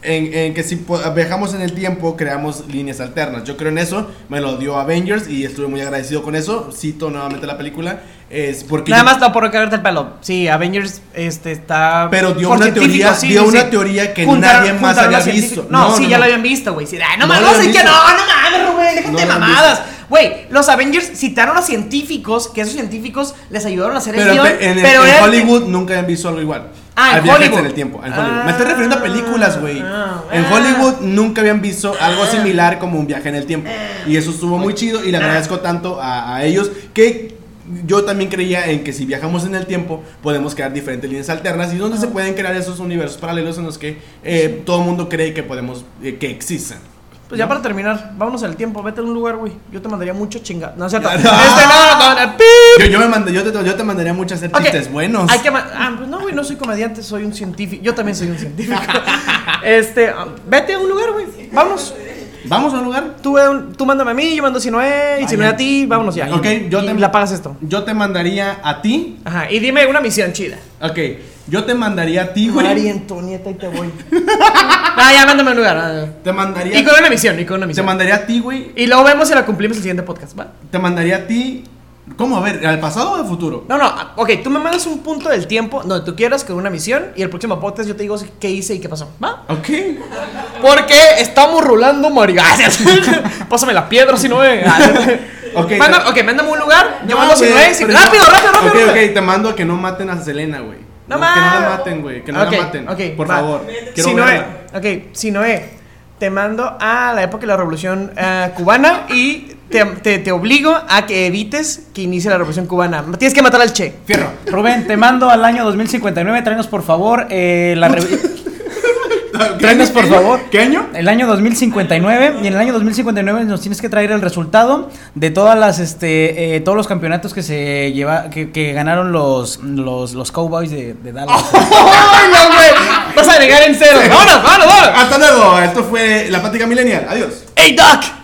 En, en que si po- viajamos en el tiempo, creamos líneas alternas. Yo creo en eso. Me lo dio Avengers y estuve muy agradecido con eso. Cito nuevamente la película. Es porque
Nada
yo-
más tampoco quererte el pelo. Sí, Avengers este, está.
Pero dio
por
una
científicos,
teoría-
sí,
dio
sí,
una
sí.
teoría que
Juntaron-
nadie más
juntaron
había
los científicos.
visto.
No,
No,
sí,
no,
ya
no.
lo habían visto, güey. Sí, ah,
No
no mames,
lo
no
habían
sé qué, no,
visto.
no mames, güey, déjate
No lo
de
habían
mamadas. Güey, los Avengers citaron a científicos, que esos científicos les ayudaron a hacer el
Pero
guión.
en, en-
pero
en
era-
Hollywood nunca han visto algo igual.
Ah, en
Al viaje
Hollywood.
en el tiempo. en Hollywood.
Ah,
Me estoy refiriendo a películas, güey.
ah,
en
ah.
Hollywood nunca habían visto algo similar como un viaje en el tiempo.
Eh.
Y eso estuvo muy chido
Ah.
y le agradezco tanto a, a ellos que yo también creía en que si viajamos en el tiempo podemos crear diferentes líneas alternas y donde
Ah.
se pueden crear esos universos paralelos en los que eh, todo el mundo cree que podemos, eh, que existen.
Pues ya para terminar, vámonos al tiempo, vete a un lugar, güey. Yo te mandaría mucho chingada. No es cierto.
Ya,
Este
Ah, no.
no, no, no, ¡pip!
Yo, yo, me manda- yo, te, yo te mandaría mucho a hacer
Ok,
chistes buenos.
Hay que ma- ah, pues no, güey, no soy comediante, soy un científico. Yo también soy un científico. este, ah, vete a un lugar, güey. Vámonos.
Vamos a un lugar.
Tú, ve un- tú mándame a mí, yo mando a Sinoé, y Sinoé a ti, vámonos ya.
Ok, yo
y
te-
la pagas esto.
Yo te mandaría a ti
Ajá, y dime una misión chida.
Ok, yo te mandaría a ti,
María
güey.
Antonieta, y te voy. ah, ya, mándame un lugar. ah,
Te
ah.
mandaría,
Y con una misión, y con una
te
misión.
mandaría a ti, güey.
y luego vemos si la cumplimos el siguiente podcast, ¿va?
Te mandaría a ti. ¿Cómo? A ver, ¿al pasado o al futuro?
No, no, ah, ok, tú me mandas un punto del tiempo donde tú quieras con una misión y el próximo podcast yo te digo qué hice y qué pasó, ¿va?
Ok.
Porque estamos rulando marigas. Pásame la piedra si no ve.
Ok,
Mándame-
te-
ok, mándame un lugar, yo mando
No,
si no
güey,
es.
pero
Rápido,
no.
rápido, rápido.
Ok,
rápido.
ok, te mando a que no maten a Selena, güey.
No
Que no la
mames.
maten, güey. Que no
Ok,
la maten.
ok,
Por
va.
favor. Quiero
Si no es,
verla.
ok, si no es, te mando a la época de la revolución eh, cubana y te, te- te obligo a que evites que inicie la revolución cubana. Tienes que matar al Che.
Fierro.
Rubén, te mando al año 2059, tráenos por favor eh, la revi- Tráenos, por favor.
¿Qué año?
el año 2059 y en el año 2059 nos tienes que traer el resultado de todas las este eh, todos los campeonatos que se lleva que, que ganaron los los, los Cowboys de, de Dallas.
¡Ay, no, güey! Vas a agregar en cero. ¡Vámonos, vámonos, vámonos!
Hasta luego. Esto fue La Plática Millennial. Adiós.
¡Ey, Doc!